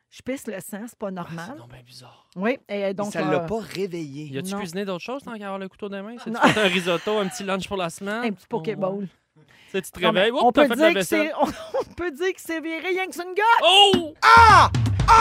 S2: Je pisse le sang, Ah, c'est pas normal.
S4: Non, ben bizarre.
S2: oui, et
S3: Donc,
S2: donc.
S3: ça l'a
S2: euh,
S3: pas réveillé.
S4: Y a-tu
S2: Non.
S4: cuisiné d'autres choses tant qu'à avoir le couteau des mains? C'est
S2: Non.
S4: un risotto, un petit lunch pour la semaine?
S3: hein,
S2: un petit pokéball.
S4: Tu sais, tu te
S2: Non, mais
S4: réveilles,
S2: on,
S4: oups,
S2: peut
S4: t'as fait la
S2: dire que
S4: vaisselle.
S2: c'est- on peut dire que c'est viré rien que sur une gueule.
S4: Oh!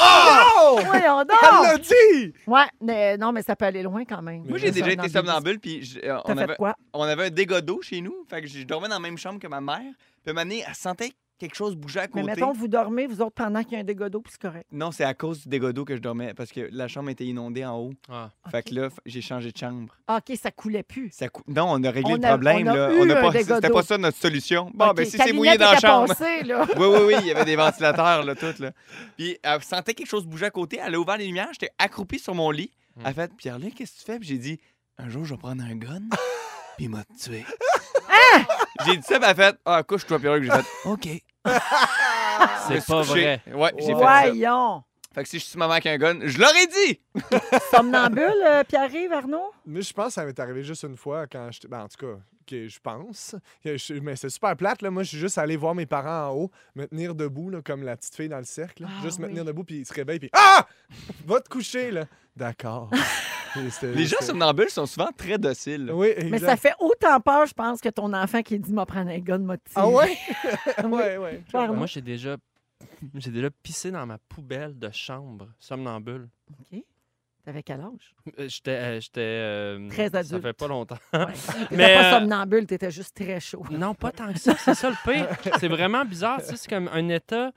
S1: Oh!
S2: Voyons donc!
S1: Elle l'a dit!
S2: Ouais, mais non, mais ça peut aller loin quand même.
S3: Moi, j'ai
S2: Le
S3: déjà été
S2: somnambulisme.
S3: somnambule, puis je- euh,
S2: T'as
S3: on,
S2: fait
S3: avait,
S2: quoi?
S3: on avait un dégât d'eau chez nous. Fait que je dormais dans la même chambre que ma mère. Puis à un moment donné, elle sentait quelque chose bouger à
S2: Mais
S3: côté.
S2: mettons, vous dormez, vous autres, pendant qu'il y a un dégât d'eau, puis c'est correct.
S3: Non, c'est à cause du dégât d'eau que je dormais, parce que la chambre était inondée en haut.
S4: Ah.
S3: Fait que là, f- j'ai changé de chambre.
S2: Ah, OK, ça coulait plus.
S3: Ça cou- Non, on a réglé
S2: On
S3: le
S2: a-
S3: problème.
S2: on a
S3: là.
S2: eu
S3: on
S2: un
S3: pas...
S2: dégât
S3: C'était
S2: d'eau.
S3: pas ça notre solution. Bon,
S2: OK,
S3: ben si
S2: ta
S3: c'est mouillé
S2: lunette
S3: dans la
S2: était
S3: chambre.
S2: passée, là.
S3: Oui, oui, oui, il y avait des ventilateurs, là, tout, là. Puis elle sentait quelque chose bouger à côté. Elle a ouvert les lumières. J'étais accroupi sur mon lit.
S4: Hmm.
S3: Elle a fait Pierre-Luc, qu'est-ce que tu fais Puis j'ai dit Un jour, je vais prendre un gun. Puis il m'a tué. J'ai dit ça, puis elle a fait Ah, couche-toi, Pierre-Luc. J'ai fait OK. Je me
S4: C'est
S3: suis
S4: pas
S3: couché.
S4: vrai.
S3: Ouais, j'ai fait ça.
S2: Voyons!
S3: Fait que si je suis maman avec un gun, je l'aurais dit.
S2: Somnambule, euh, Pierre-Yves, Arnaud?
S1: Mais je pense que ça m'est arrivé juste une fois quand j'étais. Ben, en tout cas, que je pense. Que je- Mais c'est super plate, là. Moi, je suis juste allé voir mes parents en haut, me tenir debout, là, comme la petite fille dans le cercle. là.
S2: Ah,
S1: juste me
S2: oui.
S1: tenir debout, puis ils se réveillent, puis Ah! Va te coucher, là. D'accord. Et c'était-
S3: Les gens
S1: c'était-
S3: somnambules sont souvent très dociles. là.
S1: Oui, exact.
S2: Mais ça fait autant peur, je pense, que ton enfant qui dit « m'a prendre un gun, m'a tiré.
S1: Ah ouais? ouais, ouais.
S2: Toi, Arnaud?
S4: Moi, j'ai déjà... J'ai déjà pissé dans ma poubelle de chambre, somnambule.
S2: OK. T'avais quel âge?
S4: Euh, J'étais... euh, j'étais, euh,
S2: Très
S4: Ça
S2: adulte.
S4: fait pas longtemps.
S2: T'étais
S4: Mais,
S2: pas
S4: euh, Mm.
S2: somnambule, t'étais juste très chaud.
S4: Non, pas tant que ça. C'est ça le pire. C'est vraiment bizarre. tu sais, C'est comme un état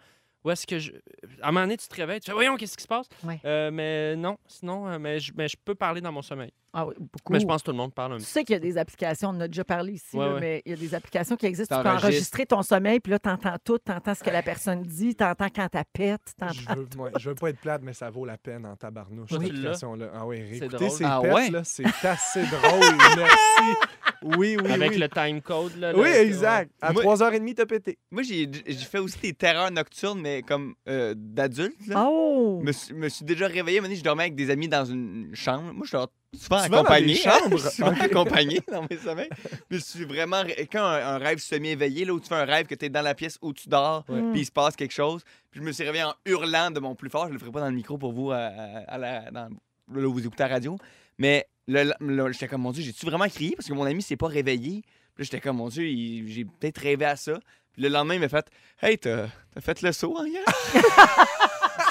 S4: où est-ce que je. À un moment donné, tu te réveilles, tu fais voyons, qu'est-ce qui se passe?
S2: Ouais.
S4: Euh, mais non, sinon, euh, mais, je, mais je peux parler dans mon sommeil.
S2: Ah oui, beaucoup.
S4: Mais je pense que tout le monde parle un
S2: Tu
S4: petit
S2: sais qu'il y a des applications, on en a déjà parlé ici,
S4: Ouais,
S2: là,
S4: ouais.
S2: mais il y a des applications qui existent. Tu peux
S3: T'enregistres.
S2: enregistrer ton sommeil, puis là, t'entends tout, t'entends ce que la personne dit, t'entends quand elle pète,
S1: Je
S2: t'entends...
S1: veux, ouais, je veux pas être plate, mais ça vaut la peine en tabarnouche.
S4: Oui.
S1: cette version-là. Ah oui,
S4: C'est
S1: réécoutez
S4: drôle.
S1: ces
S3: Ah
S1: pets,
S3: ouais?
S1: là, c'est assez drôle. Merci. Oui, oui,
S4: Avec
S1: oui.
S4: le time code. Là,
S1: Oui,
S4: le-
S1: exact. À
S3: Moi-
S1: 3h30, t'as pété.
S3: Moi, j'ai j'ai fait aussi des terreurs nocturnes, mais comme euh, d'adulte. là.
S2: Oh!
S3: me, suis- me suis déjà réveillé. un moment donné, je dormais avec des amis dans une chambre. Moi, je dors souvent
S1: Souvent dans
S3: accompagné.
S1: des chambres.
S3: souvent accompagné dans mes sommeils. Mais je suis vraiment. ré- Quand un, un rêve semi-éveillé, là, où tu fais un rêve que tu es dans la pièce où tu dors,
S2: Ouais.
S3: puis il se passe quelque chose. Puis je me suis réveillé en hurlant de mon plus fort. Je le ferai pas dans le micro pour vous, à, à- à la, dans, là, où vous écoutez la radio. Mais le- le- j'étais comme, mon Dieu, j'ai-tu vraiment crié? Parce que mon ami s'est pas réveillé. Puis là, j'étais comme, mon Dieu, il- j'ai peut-être rêvé à ça. Puis le lendemain, il m'a fait Hey, t'as t'as fait le saut en hier?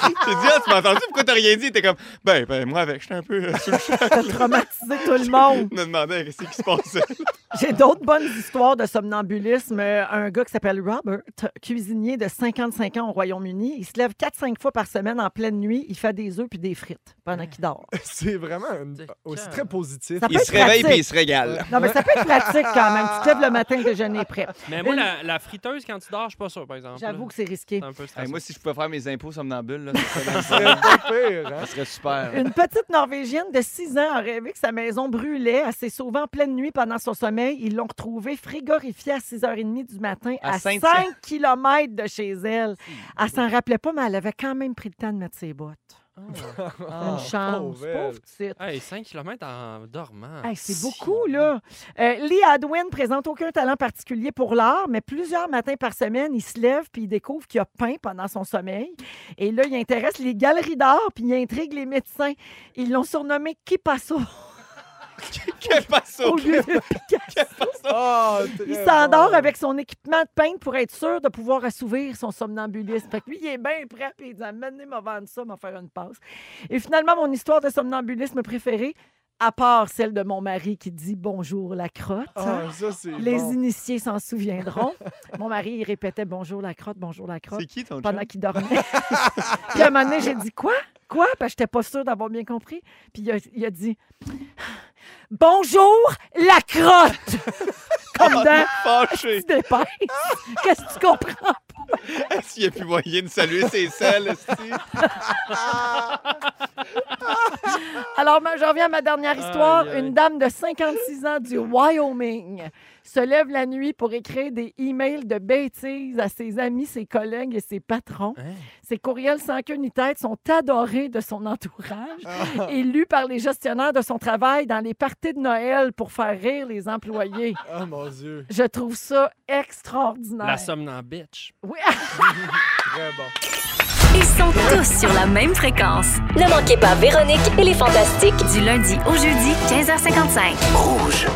S3: J'ai dit, ah, tu m'as entendu? Pourquoi t'as rien dit? Il était comme, ben, ben, moi avec, j'étais un peu euh, sous le choc. là.
S2: Traumatiser tout le monde.
S3: Je me demandais, qu'est-ce qui se passait?
S2: J'ai d'autres bonnes histoires de somnambulisme. Euh, Un gars qui s'appelle Robert, cuisinier de 55 ans au Royaume-Uni, il se lève 4-5 fois par semaine en pleine nuit, il fait des œufs puis des frites pendant qu'il dort.
S1: C'est vraiment une-
S4: C'est
S1: aussi
S4: cœur.
S1: très positif.
S2: Ça peut
S3: Il se
S2: être
S3: réveille puis il
S2: pratique.
S3: se régale.
S2: Non, mais ça peut être pratique quand même. Tu te lèves le matin, le déjeuner est prêt.
S4: Mais moi, la, la friteuse, quand tu dors, je suis pas sûr, par exemple.
S2: J'avoue que
S4: que
S2: c'est risqué.
S4: c'est un peu
S3: Hey,
S4: stressant.
S3: moi, si je pouvais faire mes impôts somnambules, là, ça serait-
S1: C'est pas pire, hein?
S3: ça serait super.
S2: Une petite Norvégienne de 6 ans a rêvé que sa maison brûlait. Elle s'est sauvée en pleine nuit pendant son sommeil. Ils l'ont retrouvée frigorifiée à 6h30 du matin à,
S3: À
S2: 5
S3: Saint-
S2: km de chez elle. Elle s'en rappelait pas, mais elle avait quand même pris le temps de mettre ses bottes.
S4: Ah.
S2: Une chance.
S1: pauvre elle.
S2: Pauvre petite.
S4: Hey, 5 km en dormant.
S2: Hey, c'est beaucoup, là. Euh, Lee Adwin présente aucun talent particulier pour l'art, mais plusieurs matins par semaine, il se lève puis il découvre qu'il a peint pendant son sommeil. Et là, il intéresse les galeries d'art puis il intrigue les médecins. Ils l'ont surnommé Kipasso
S3: Quel passo!
S2: au lieu de Picasso.
S1: Ah,
S2: Il
S1: très
S2: s'endort
S1: bon.
S2: avec son équipement de peintre pour être sûr de pouvoir assouvir son somnambulisme. Fait que lui, il est bien prêt, puis il dit Amenez, m'a vendre ça, m'a faire une passe. Et finalement, mon histoire de somnambulisme préférée, à part celle de mon mari qui dit bonjour la crotte. hein.
S1: Ah, ça, c'est
S2: Les
S1: bon.
S2: initiés s'en souviendront. Mon mari, il répétait bonjour la crotte, bonjour la crotte
S3: C'est qui ton chum?
S2: pendant qu'il dormait. puis à un moment donné, j'ai dit quoi? Quoi? Parce que j'étais pas sûre d'avoir bien compris. Puis il a, il a dit Bonjour la crotte! Comme dans
S3: Fâché!
S2: tu dépenses. Qu'est-ce que tu comprends?
S3: S'il n'y a plus moyen de saluer ses selles, esti.
S2: Alors, ma- je reviens à ma dernière histoire.
S4: Aïe, aïe.
S2: Une dame de 56 ans du Wyoming se lève la nuit pour écrire des emails de bêtises à ses amis, ses collègues et ses patrons.
S4: Hein?
S2: Ses courriels sans queue ni tête sont adorés de son entourage
S4: Ah.
S2: et lus par les gestionnaires de son travail dans les parties de Noël pour faire rire les employés.
S1: Ah, mon Dieu,
S2: Je trouve ça extraordinaire.
S4: La somnambitch.
S2: Oui.
S1: très bon.
S5: Ils sont tous sur la même fréquence.
S7: Ne manquez pas Véronique et les Fantastiques.
S5: Du lundi au jeudi, 15h55.
S6: Rouge.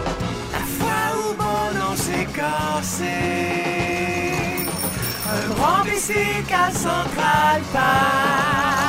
S6: La fois où mon nom s'est cassé, un grand bicycle à Central Park.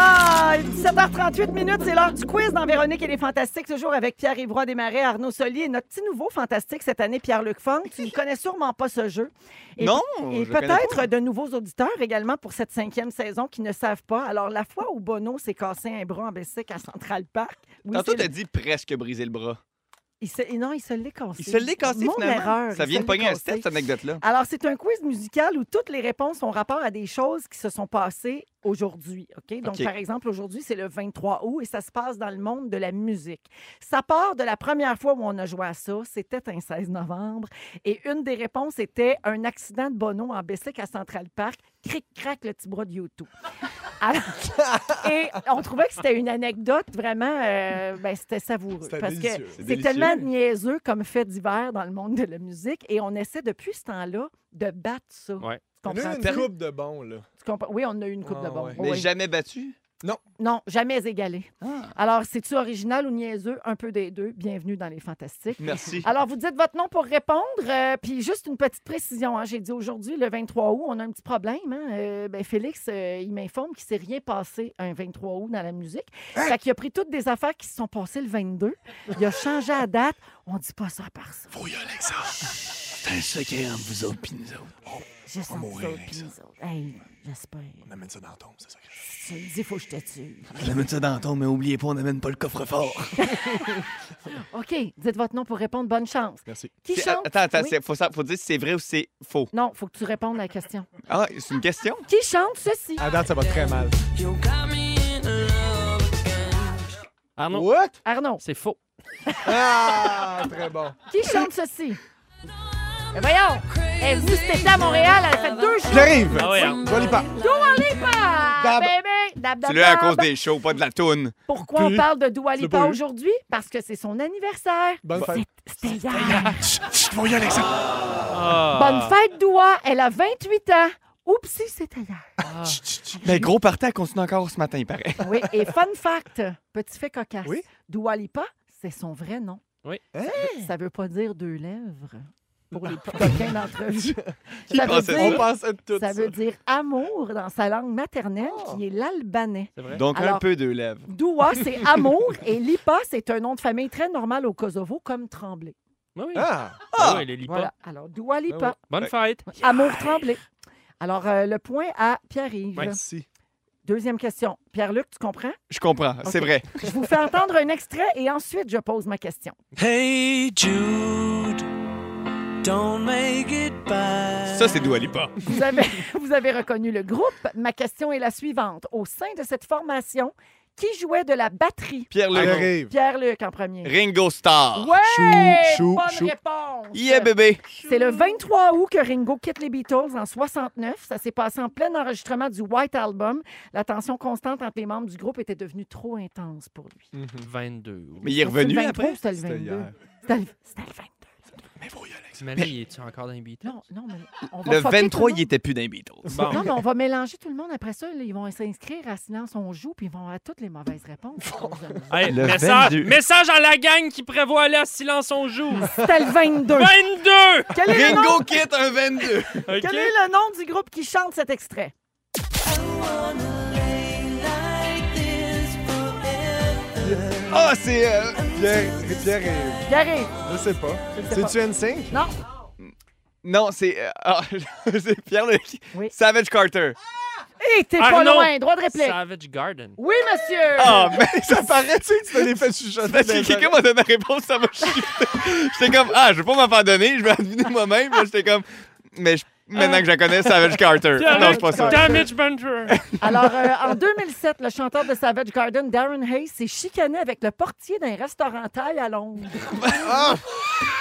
S2: Ah, 17h38 minutes, c'est l'heure du quiz dans Véronique et les Fantastiques, toujours avec Pierre Évroy Desmarais, Arnaud Solier et notre petit nouveau fantastique cette année, Pierre-Luc Funk. Tu ne connais sûrement pas ce jeu. Et
S3: Non!
S2: Et
S3: Oh, je le connais pas.
S2: peut-être de nouveaux auditeurs également pour cette cinquième saison qui ne savent pas. Alors, la fois où Bono s'est cassé un bras en bicycle à Central Park, oui,
S3: Tantôt,
S2: c'est-
S3: t'as dit presque briser le bras.
S2: il se- non, il se l'est cassé.
S3: Il se l'est cassé
S2: Mon
S3: finalement.
S2: erreur,
S3: ça
S2: il
S3: vient
S2: se
S3: de pogner
S2: l'est
S3: un step,
S2: cassé.
S3: cette anecdote-là.
S2: Alors, c'est un quiz musical où toutes les réponses ont rapport à des choses qui se sont passées aujourd'hui. OK? Donc,
S3: OK.
S2: par exemple, aujourd'hui, c'est le 23 août et ça se passe dans le monde de la musique. Ça part de la première fois où on a joué à ça. C'était un 16 novembre. Et une des réponses était un accident de Bono en bicycle à Central Park. Cric-crac, le petit bras de YouTube. et on trouvait que c'était une anecdote vraiment, euh, ben, c'était savoureux.
S1: C'était
S2: parce
S1: délicieux.
S2: que
S3: C'est
S2: c'est
S3: délicieux.
S2: tellement niaiseux comme fait divers dans le monde de la musique. Et on essaie depuis ce temps-là de battre ça.
S4: Ouais.
S2: Tu
S1: On a
S2: comprends?
S1: eu une coupe de bon, là.
S2: Oui, on a eu une coupe de
S1: Ah,
S2: bon.
S1: ouais.
S3: Mais
S2: Oui.
S3: jamais battu.
S2: Non, jamais égalé.
S1: Ah.
S2: Alors, c'est-tu original ou niaiseux? Un peu des deux. Bienvenue dans les Fantastiques.
S3: Merci.
S2: Alors, vous dites votre nom pour répondre. euh, puis juste une petite précision. hein. J'ai dit aujourd'hui, le 23 août, on a un petit problème. hein. Euh, ben, Félix, euh, il m'informe qu'il s'est rien passé un 23 août dans la musique.
S6: Hein?
S2: Fait qu'il a pris toutes des affaires qui se sont passées le 22. Il a changé la date. On dit pas ça par ça.
S6: Faut y aller avec ça. C'est un secret entre vous autres pis nous autres.
S2: J'ai senti
S6: mourir
S2: ça,
S6: avec
S2: puis
S6: ça.
S2: nous autres. Hey, j'espère.
S6: On amène ça dans ton, c'est ça que je
S2: Tu le dis, faut que je te tue.
S6: On amène ça dans ton, mais oubliez pas, on amène pas le coffre-fort.
S2: OK, dites votre nom pour répondre. Bonne chance.
S1: Merci.
S2: Qui
S3: C'est-
S2: chante?
S3: Attends, attends,
S2: Oui.
S3: c'est- faut, sa- faut dire si c'est vrai ou si c'est faux.
S2: Non, faut que tu répondes à la question.
S3: Ah, c'est une question?
S2: Qui chante ceci?
S1: À date, ça va très mal.
S4: Arnaud,
S1: What?
S2: Arnaud,
S4: c'est faux.
S1: Ah, très bon.
S2: qui chante ceci? Ben voyons! Elle est venue cet été à Montréal, elle a fait deux shows.
S1: J'arrive.
S4: Ah ouais, hein.
S1: Joli pas.
S2: Dua Lipa!
S1: Dab.
S2: Bébé! Dab, dab,
S3: C'est là à
S2: dab.
S3: cause des shows, pas de la toune.
S2: Pourquoi on
S1: Puis,
S2: parle de Dua
S1: tu l'as pas
S2: Lipa
S1: eu?
S2: aujourd'hui? Parce que c'est son anniversaire.
S1: Bonne fête.
S2: C'est- C'était hier.
S6: Chut, chut, faut y aller avec ça.
S4: Ah,
S2: Bonne fête, Dua! Elle a 28 ans. Oupsie, c'était hier.
S1: Ben,
S3: Mais gros partage continue encore ce matin, il paraît.
S2: Oui, et fun fact, petit fait cocasse.
S1: Oui.
S2: Dua Lipa, c'est son vrai nom.
S4: Oui.
S2: Ça, veut, ça veut pas dire deux lèvres. pour les plus coquins d'entre eux. Ça veut,
S3: pensait ça?
S2: dire,
S3: On
S1: pensait tout
S2: Ah, ça Oh. veut dire amour dans sa langue maternelle, qui est l'albanais.
S4: C'est vrai?
S3: Donc,
S2: Alors-
S3: un peu deux lèvres.
S2: Doua, c'est amour, et Lipa, c'est un nom de famille très normal au Kosovo, comme Tremblay.
S4: Oui, oui.
S1: Ah!
S4: Ah oui, les lipas.
S2: Voilà. Alors, Doua Lipa,
S4: Bonne fête.
S2: amour Tremblay. Alors, euh, le point à Pierre-Yves.
S1: Merci.
S2: Deuxième question. Pierre-Luc, tu comprends?
S3: Je comprends, c'est
S2: Ok.
S3: vrai.
S2: Je vous fais entendre un extrait et ensuite, je pose ma question.
S11: Hey Jude, don't make it bad.
S3: Ça, c'est Dua Lipa.
S1: Euh,
S2: Vous avez, vous avez reconnu le groupe. Ma question est la suivante. Au sein de cette formation, qui jouait de la batterie?
S3: Pierre
S1: Elle
S3: Leroux.
S1: arrive.
S2: Pierre-Luc en premier.
S3: Ringo Starr.
S2: Ouais!
S1: Chou, chou,
S2: bonne
S1: chou.
S2: réponse!
S3: Yeah, bébé.
S2: C'est le 23 août que Ringo quitte les Beatles en 69. Ça s'est passé en plein enregistrement du White Album. La tension constante entre les membres du groupe était devenue trop intense pour lui.
S4: 22.
S3: Mais il
S2: C'était
S3: est revenu
S2: le 23
S3: après.
S2: ou c'était le
S1: C'était
S2: 22?
S1: hier.
S2: C'était le, c'était le 22.
S4: Mais là, il est-tu encore dans les Beatles?
S2: Non, non, mais on va
S3: Le
S2: fucker tout
S3: 23,
S2: le
S3: il était plus d'un Beatles.
S4: Bon.
S2: Non, mais on va mélanger tout le monde après ça. là. Ils vont s'inscrire à Silence on joue, puis ils vont à toutes les mauvaises réponses.
S4: Hey,
S3: Le
S4: message,
S3: 22.
S4: message à la gang qui prévoit aller à silence on joue.
S2: C'était le 22.
S4: 22!
S2: Quel est, le nom,
S3: Ringo quitte un 22.
S4: OK.
S2: quel est le nom du groupe qui chante cet extrait?
S3: Ah, c'est. euh,
S1: Pierre, Pierre et...
S2: Garé.
S1: Je sais pas.
S2: Je le sais pas.
S1: C'est-tu N5?
S2: Non.
S3: Non, c'est. euh, ah, c'est Pierre Leroux.
S2: Oui.
S3: Savage Carter.
S2: Et t'es pas
S4: Arnaud.
S2: loin. Droit de réplique.
S4: Savage Garden.
S2: Oui, monsieur.
S3: Ah, mais ça
S1: Paraît-tu que tu te l'es fait chuchoter?
S3: Parce que
S1: dans
S3: quelqu'un m'a donné la réponse, ça m'a chuté. J'étais comme, ah, je vais pas m'en faire donner, je vais la deviner moi-même. Là, J'étais comme, mais je- maintenant que je la connais, Savage Carter. Non, c'est pas ça.
S4: Damage Bunter.
S2: Alors, euh, en 2007, le chanteur de Savage Garden, Darren Hayes, s'est chicané avec le portier d'un restaurant thaï à Londres.
S1: Ah!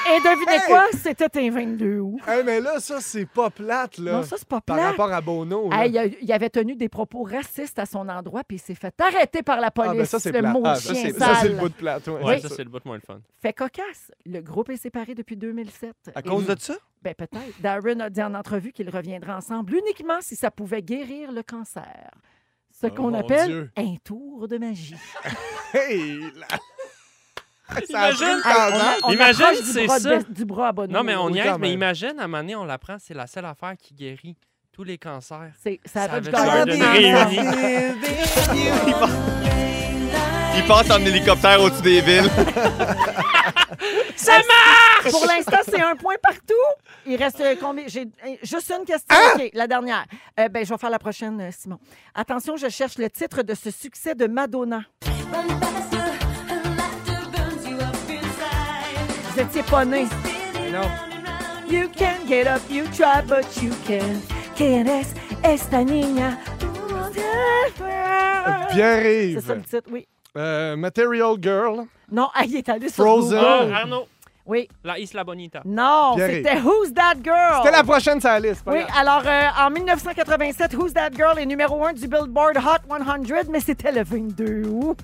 S2: Et devinez quoi? C'était un 22 août.
S1: Hey, mais là, ça, c'est pas plate, là.
S2: Non, ça, c'est pas
S1: Par
S2: plat.
S1: rapport à Bono. là.
S2: Hey, il, a- il avait tenu des propos racistes à son endroit, puis il s'est fait arrêter par la police.
S1: ah, ben ça, c'est
S2: le
S1: plate.
S2: mot
S1: Ah, ça,
S2: chien
S1: c'est ça, c'est
S2: sale.
S1: le bout de plate. ouais.
S4: Ouais,
S2: Oui.
S4: ça, c'est le bout de moins le fun.
S2: Fait cocasse. Le groupe est séparé depuis 2007.
S3: À
S2: Et-
S3: cause de ça?
S2: Ben peut-être. Darren a dit en entrevue qu'ils reviendraient ensemble uniquement si ça pouvait guérir le cancer. Ce
S1: Oh,
S2: qu'on
S1: mon
S2: appelle
S1: Dieu.
S2: un tour de magie.
S1: Hey, là. Ça a pris
S4: Imagine-
S1: le temps, hein?
S2: On
S4: Imagine,
S2: approche du
S4: c'est
S2: bras
S4: ça.
S2: de- du bras à Bono,
S4: Non, mais
S2: là.
S4: on y
S1: Oui,
S4: est,
S1: quand
S4: mais
S1: même.
S4: imagine, à un moment donné, on l'apprend, c'est la seule affaire qui guérit tous les cancers.
S2: C'est ça va
S4: Savage
S2: du
S4: Garden
S2: Garden.
S4: réuni.
S3: Il passe, il passe en hélicoptère au-dessus des villes.
S2: Ça marche! Pour l'instant, c'est un point partout. Il reste euh, combien? J'ai euh, juste une question.
S1: Ah!
S2: OK, la dernière. Euh, ben, je vais faire la prochaine, euh, Simon. Attention, je cherche le titre de ce succès de Madonna. Vous étiez pas né.
S1: Non.
S2: You can get up, you try, but you can. Quieres esta niña? Ah, C'est ça le
S1: Pierre-Yves.
S2: titre, oui.
S1: Euh, Material Girl.
S2: Non, ah, il est allé sur
S1: Frozen.
S2: Google.
S4: Oh, Arnaud,
S2: Oui.
S4: la Isla Bonita.
S2: Non,
S1: Pierre-Yves.
S2: c'était Who's That Girl?
S1: C'était la prochaine sur la liste. pas
S2: Oui,
S1: grave.
S2: alors euh, en 1987, Who's That Girl est numéro 1 du Billboard Hot 100, mais c'était le 22 août.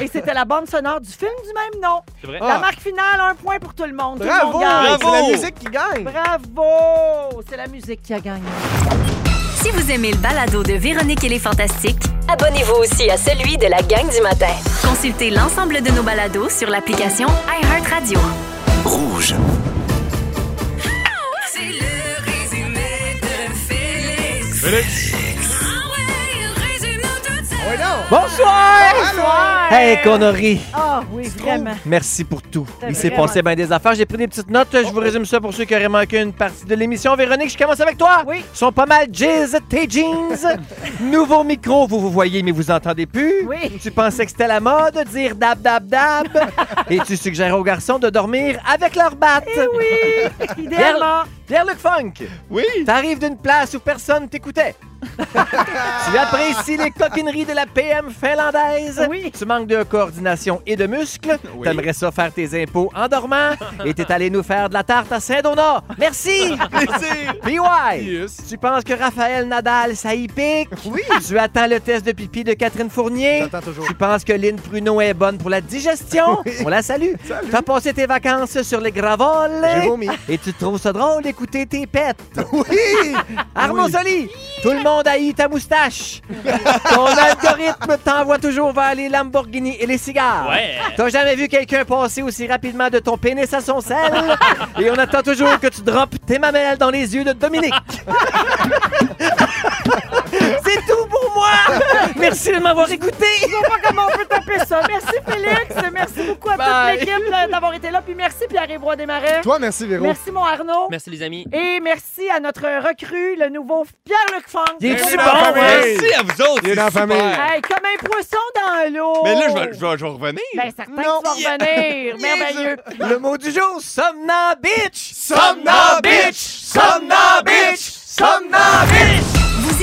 S2: Et c'était la bande sonore du film du même nom.
S4: C'est vrai?
S2: La
S1: Ah.
S2: marque finale, un point pour tout le monde. Tout le
S1: Bravo!
S2: monde gagne.
S1: C'est la
S3: Bravo!
S1: musique qui gagne.
S2: Bravo! C'est la musique qui a gagné.
S5: Si vous aimez le balado de Véronique et les Fantastiques,
S7: Abonnez-vous aussi à celui de la gang du matin.
S5: consultez l'ensemble de nos balados sur l'application iHeartRadio.
S6: Rouge.
S9: C'est le résumé de Félix. Ah ouais, il résume tout ça.
S11: Bonsoir! Hey, qu'on a ri.
S2: Ah oui, vraiment.
S11: Merci pour tout.
S2: T'as
S11: Il s'est
S2: vraiment- Oh.
S11: passé bien des affaires. J'ai pris des petites notes. Je vous résume ça pour ceux qui auraient manqué une partie de l'émission. Véronique, je commence avec toi.
S2: Oui.
S11: Sont pas mal jizz tes jeans. Nouveau micro, vous vous voyez mais vous entendez plus.
S2: Oui.
S11: Tu pensais que c'était la mode, dire dab dab dab. Et tu suggères aux garçons de dormir avec leur batte.
S2: Oui, idéalement.
S11: Pierre-Luc Funk.
S3: Oui.
S11: T'arrives d'une place où personne t'écoutait. tu apprécies les coquineries de la PM finlandaise.
S2: Oui.
S11: Tu manques de coordination et de muscles.
S3: Oui.
S11: T'aimerais ça faire tes impôts en dormant. et t'es allé nous faire de la tarte à Saint-Donat. Merci.
S3: Plaisir.
S11: PY.
S1: Yes.
S11: Tu penses que Raphaël Nadal, ça y pique?
S1: Oui.
S11: Tu attends le test de pipi de Catherine Fournier?
S1: J'attends toujours.
S11: Tu penses que Lynn Pruneau est bonne pour la digestion? On la salue.
S1: Salut.
S11: Tu as passé tes vacances sur les gravoles?
S1: J'ai vomi.
S11: Et tu trouves ça drôle d'écouter tes pets?
S1: Oui!
S11: Arnaud
S1: Oui.
S11: Soli, Tout le monde haït ta moustache. Ton algorithme t'envoie toujours vers les Lamborghini et les cigares.
S9: Ouais.
S11: T'as jamais vu quelqu'un passer aussi rapidement de ton pénis à son sel. et on attend toujours que tu droppes tes mamelles dans les yeux de Dominique. C'est tout pour moi. Merci de m'avoir écouté.
S2: Je vois pas comment on peut taper ça. Merci Félix, merci beaucoup à
S9: Bye.
S2: toute l'équipe là, d'avoir été là. Puis merci Pierre-Évoix Desmarais.
S1: Toi, merci, Véro.
S2: Merci mon Arnaud.
S4: Merci, les amis.
S2: Et merci à notre recrue, le nouveau Pierre-Luc Funk.
S4: Il est-tu
S2: Hey,
S4: bon? hein?
S2: dans la famille.
S3: Merci à vous autres.
S1: Il est dans la
S3: super.
S1: famille.
S2: Hey, comme un poisson dans l'eau.
S3: Mais là, je vais, je vais- je vais revenir.
S2: Ben, certain que tu vas revenir. Merveilleux.
S11: Le mot du jour, somnambitch.
S9: Somnambitch.
S11: Somnambitch.
S5: Vous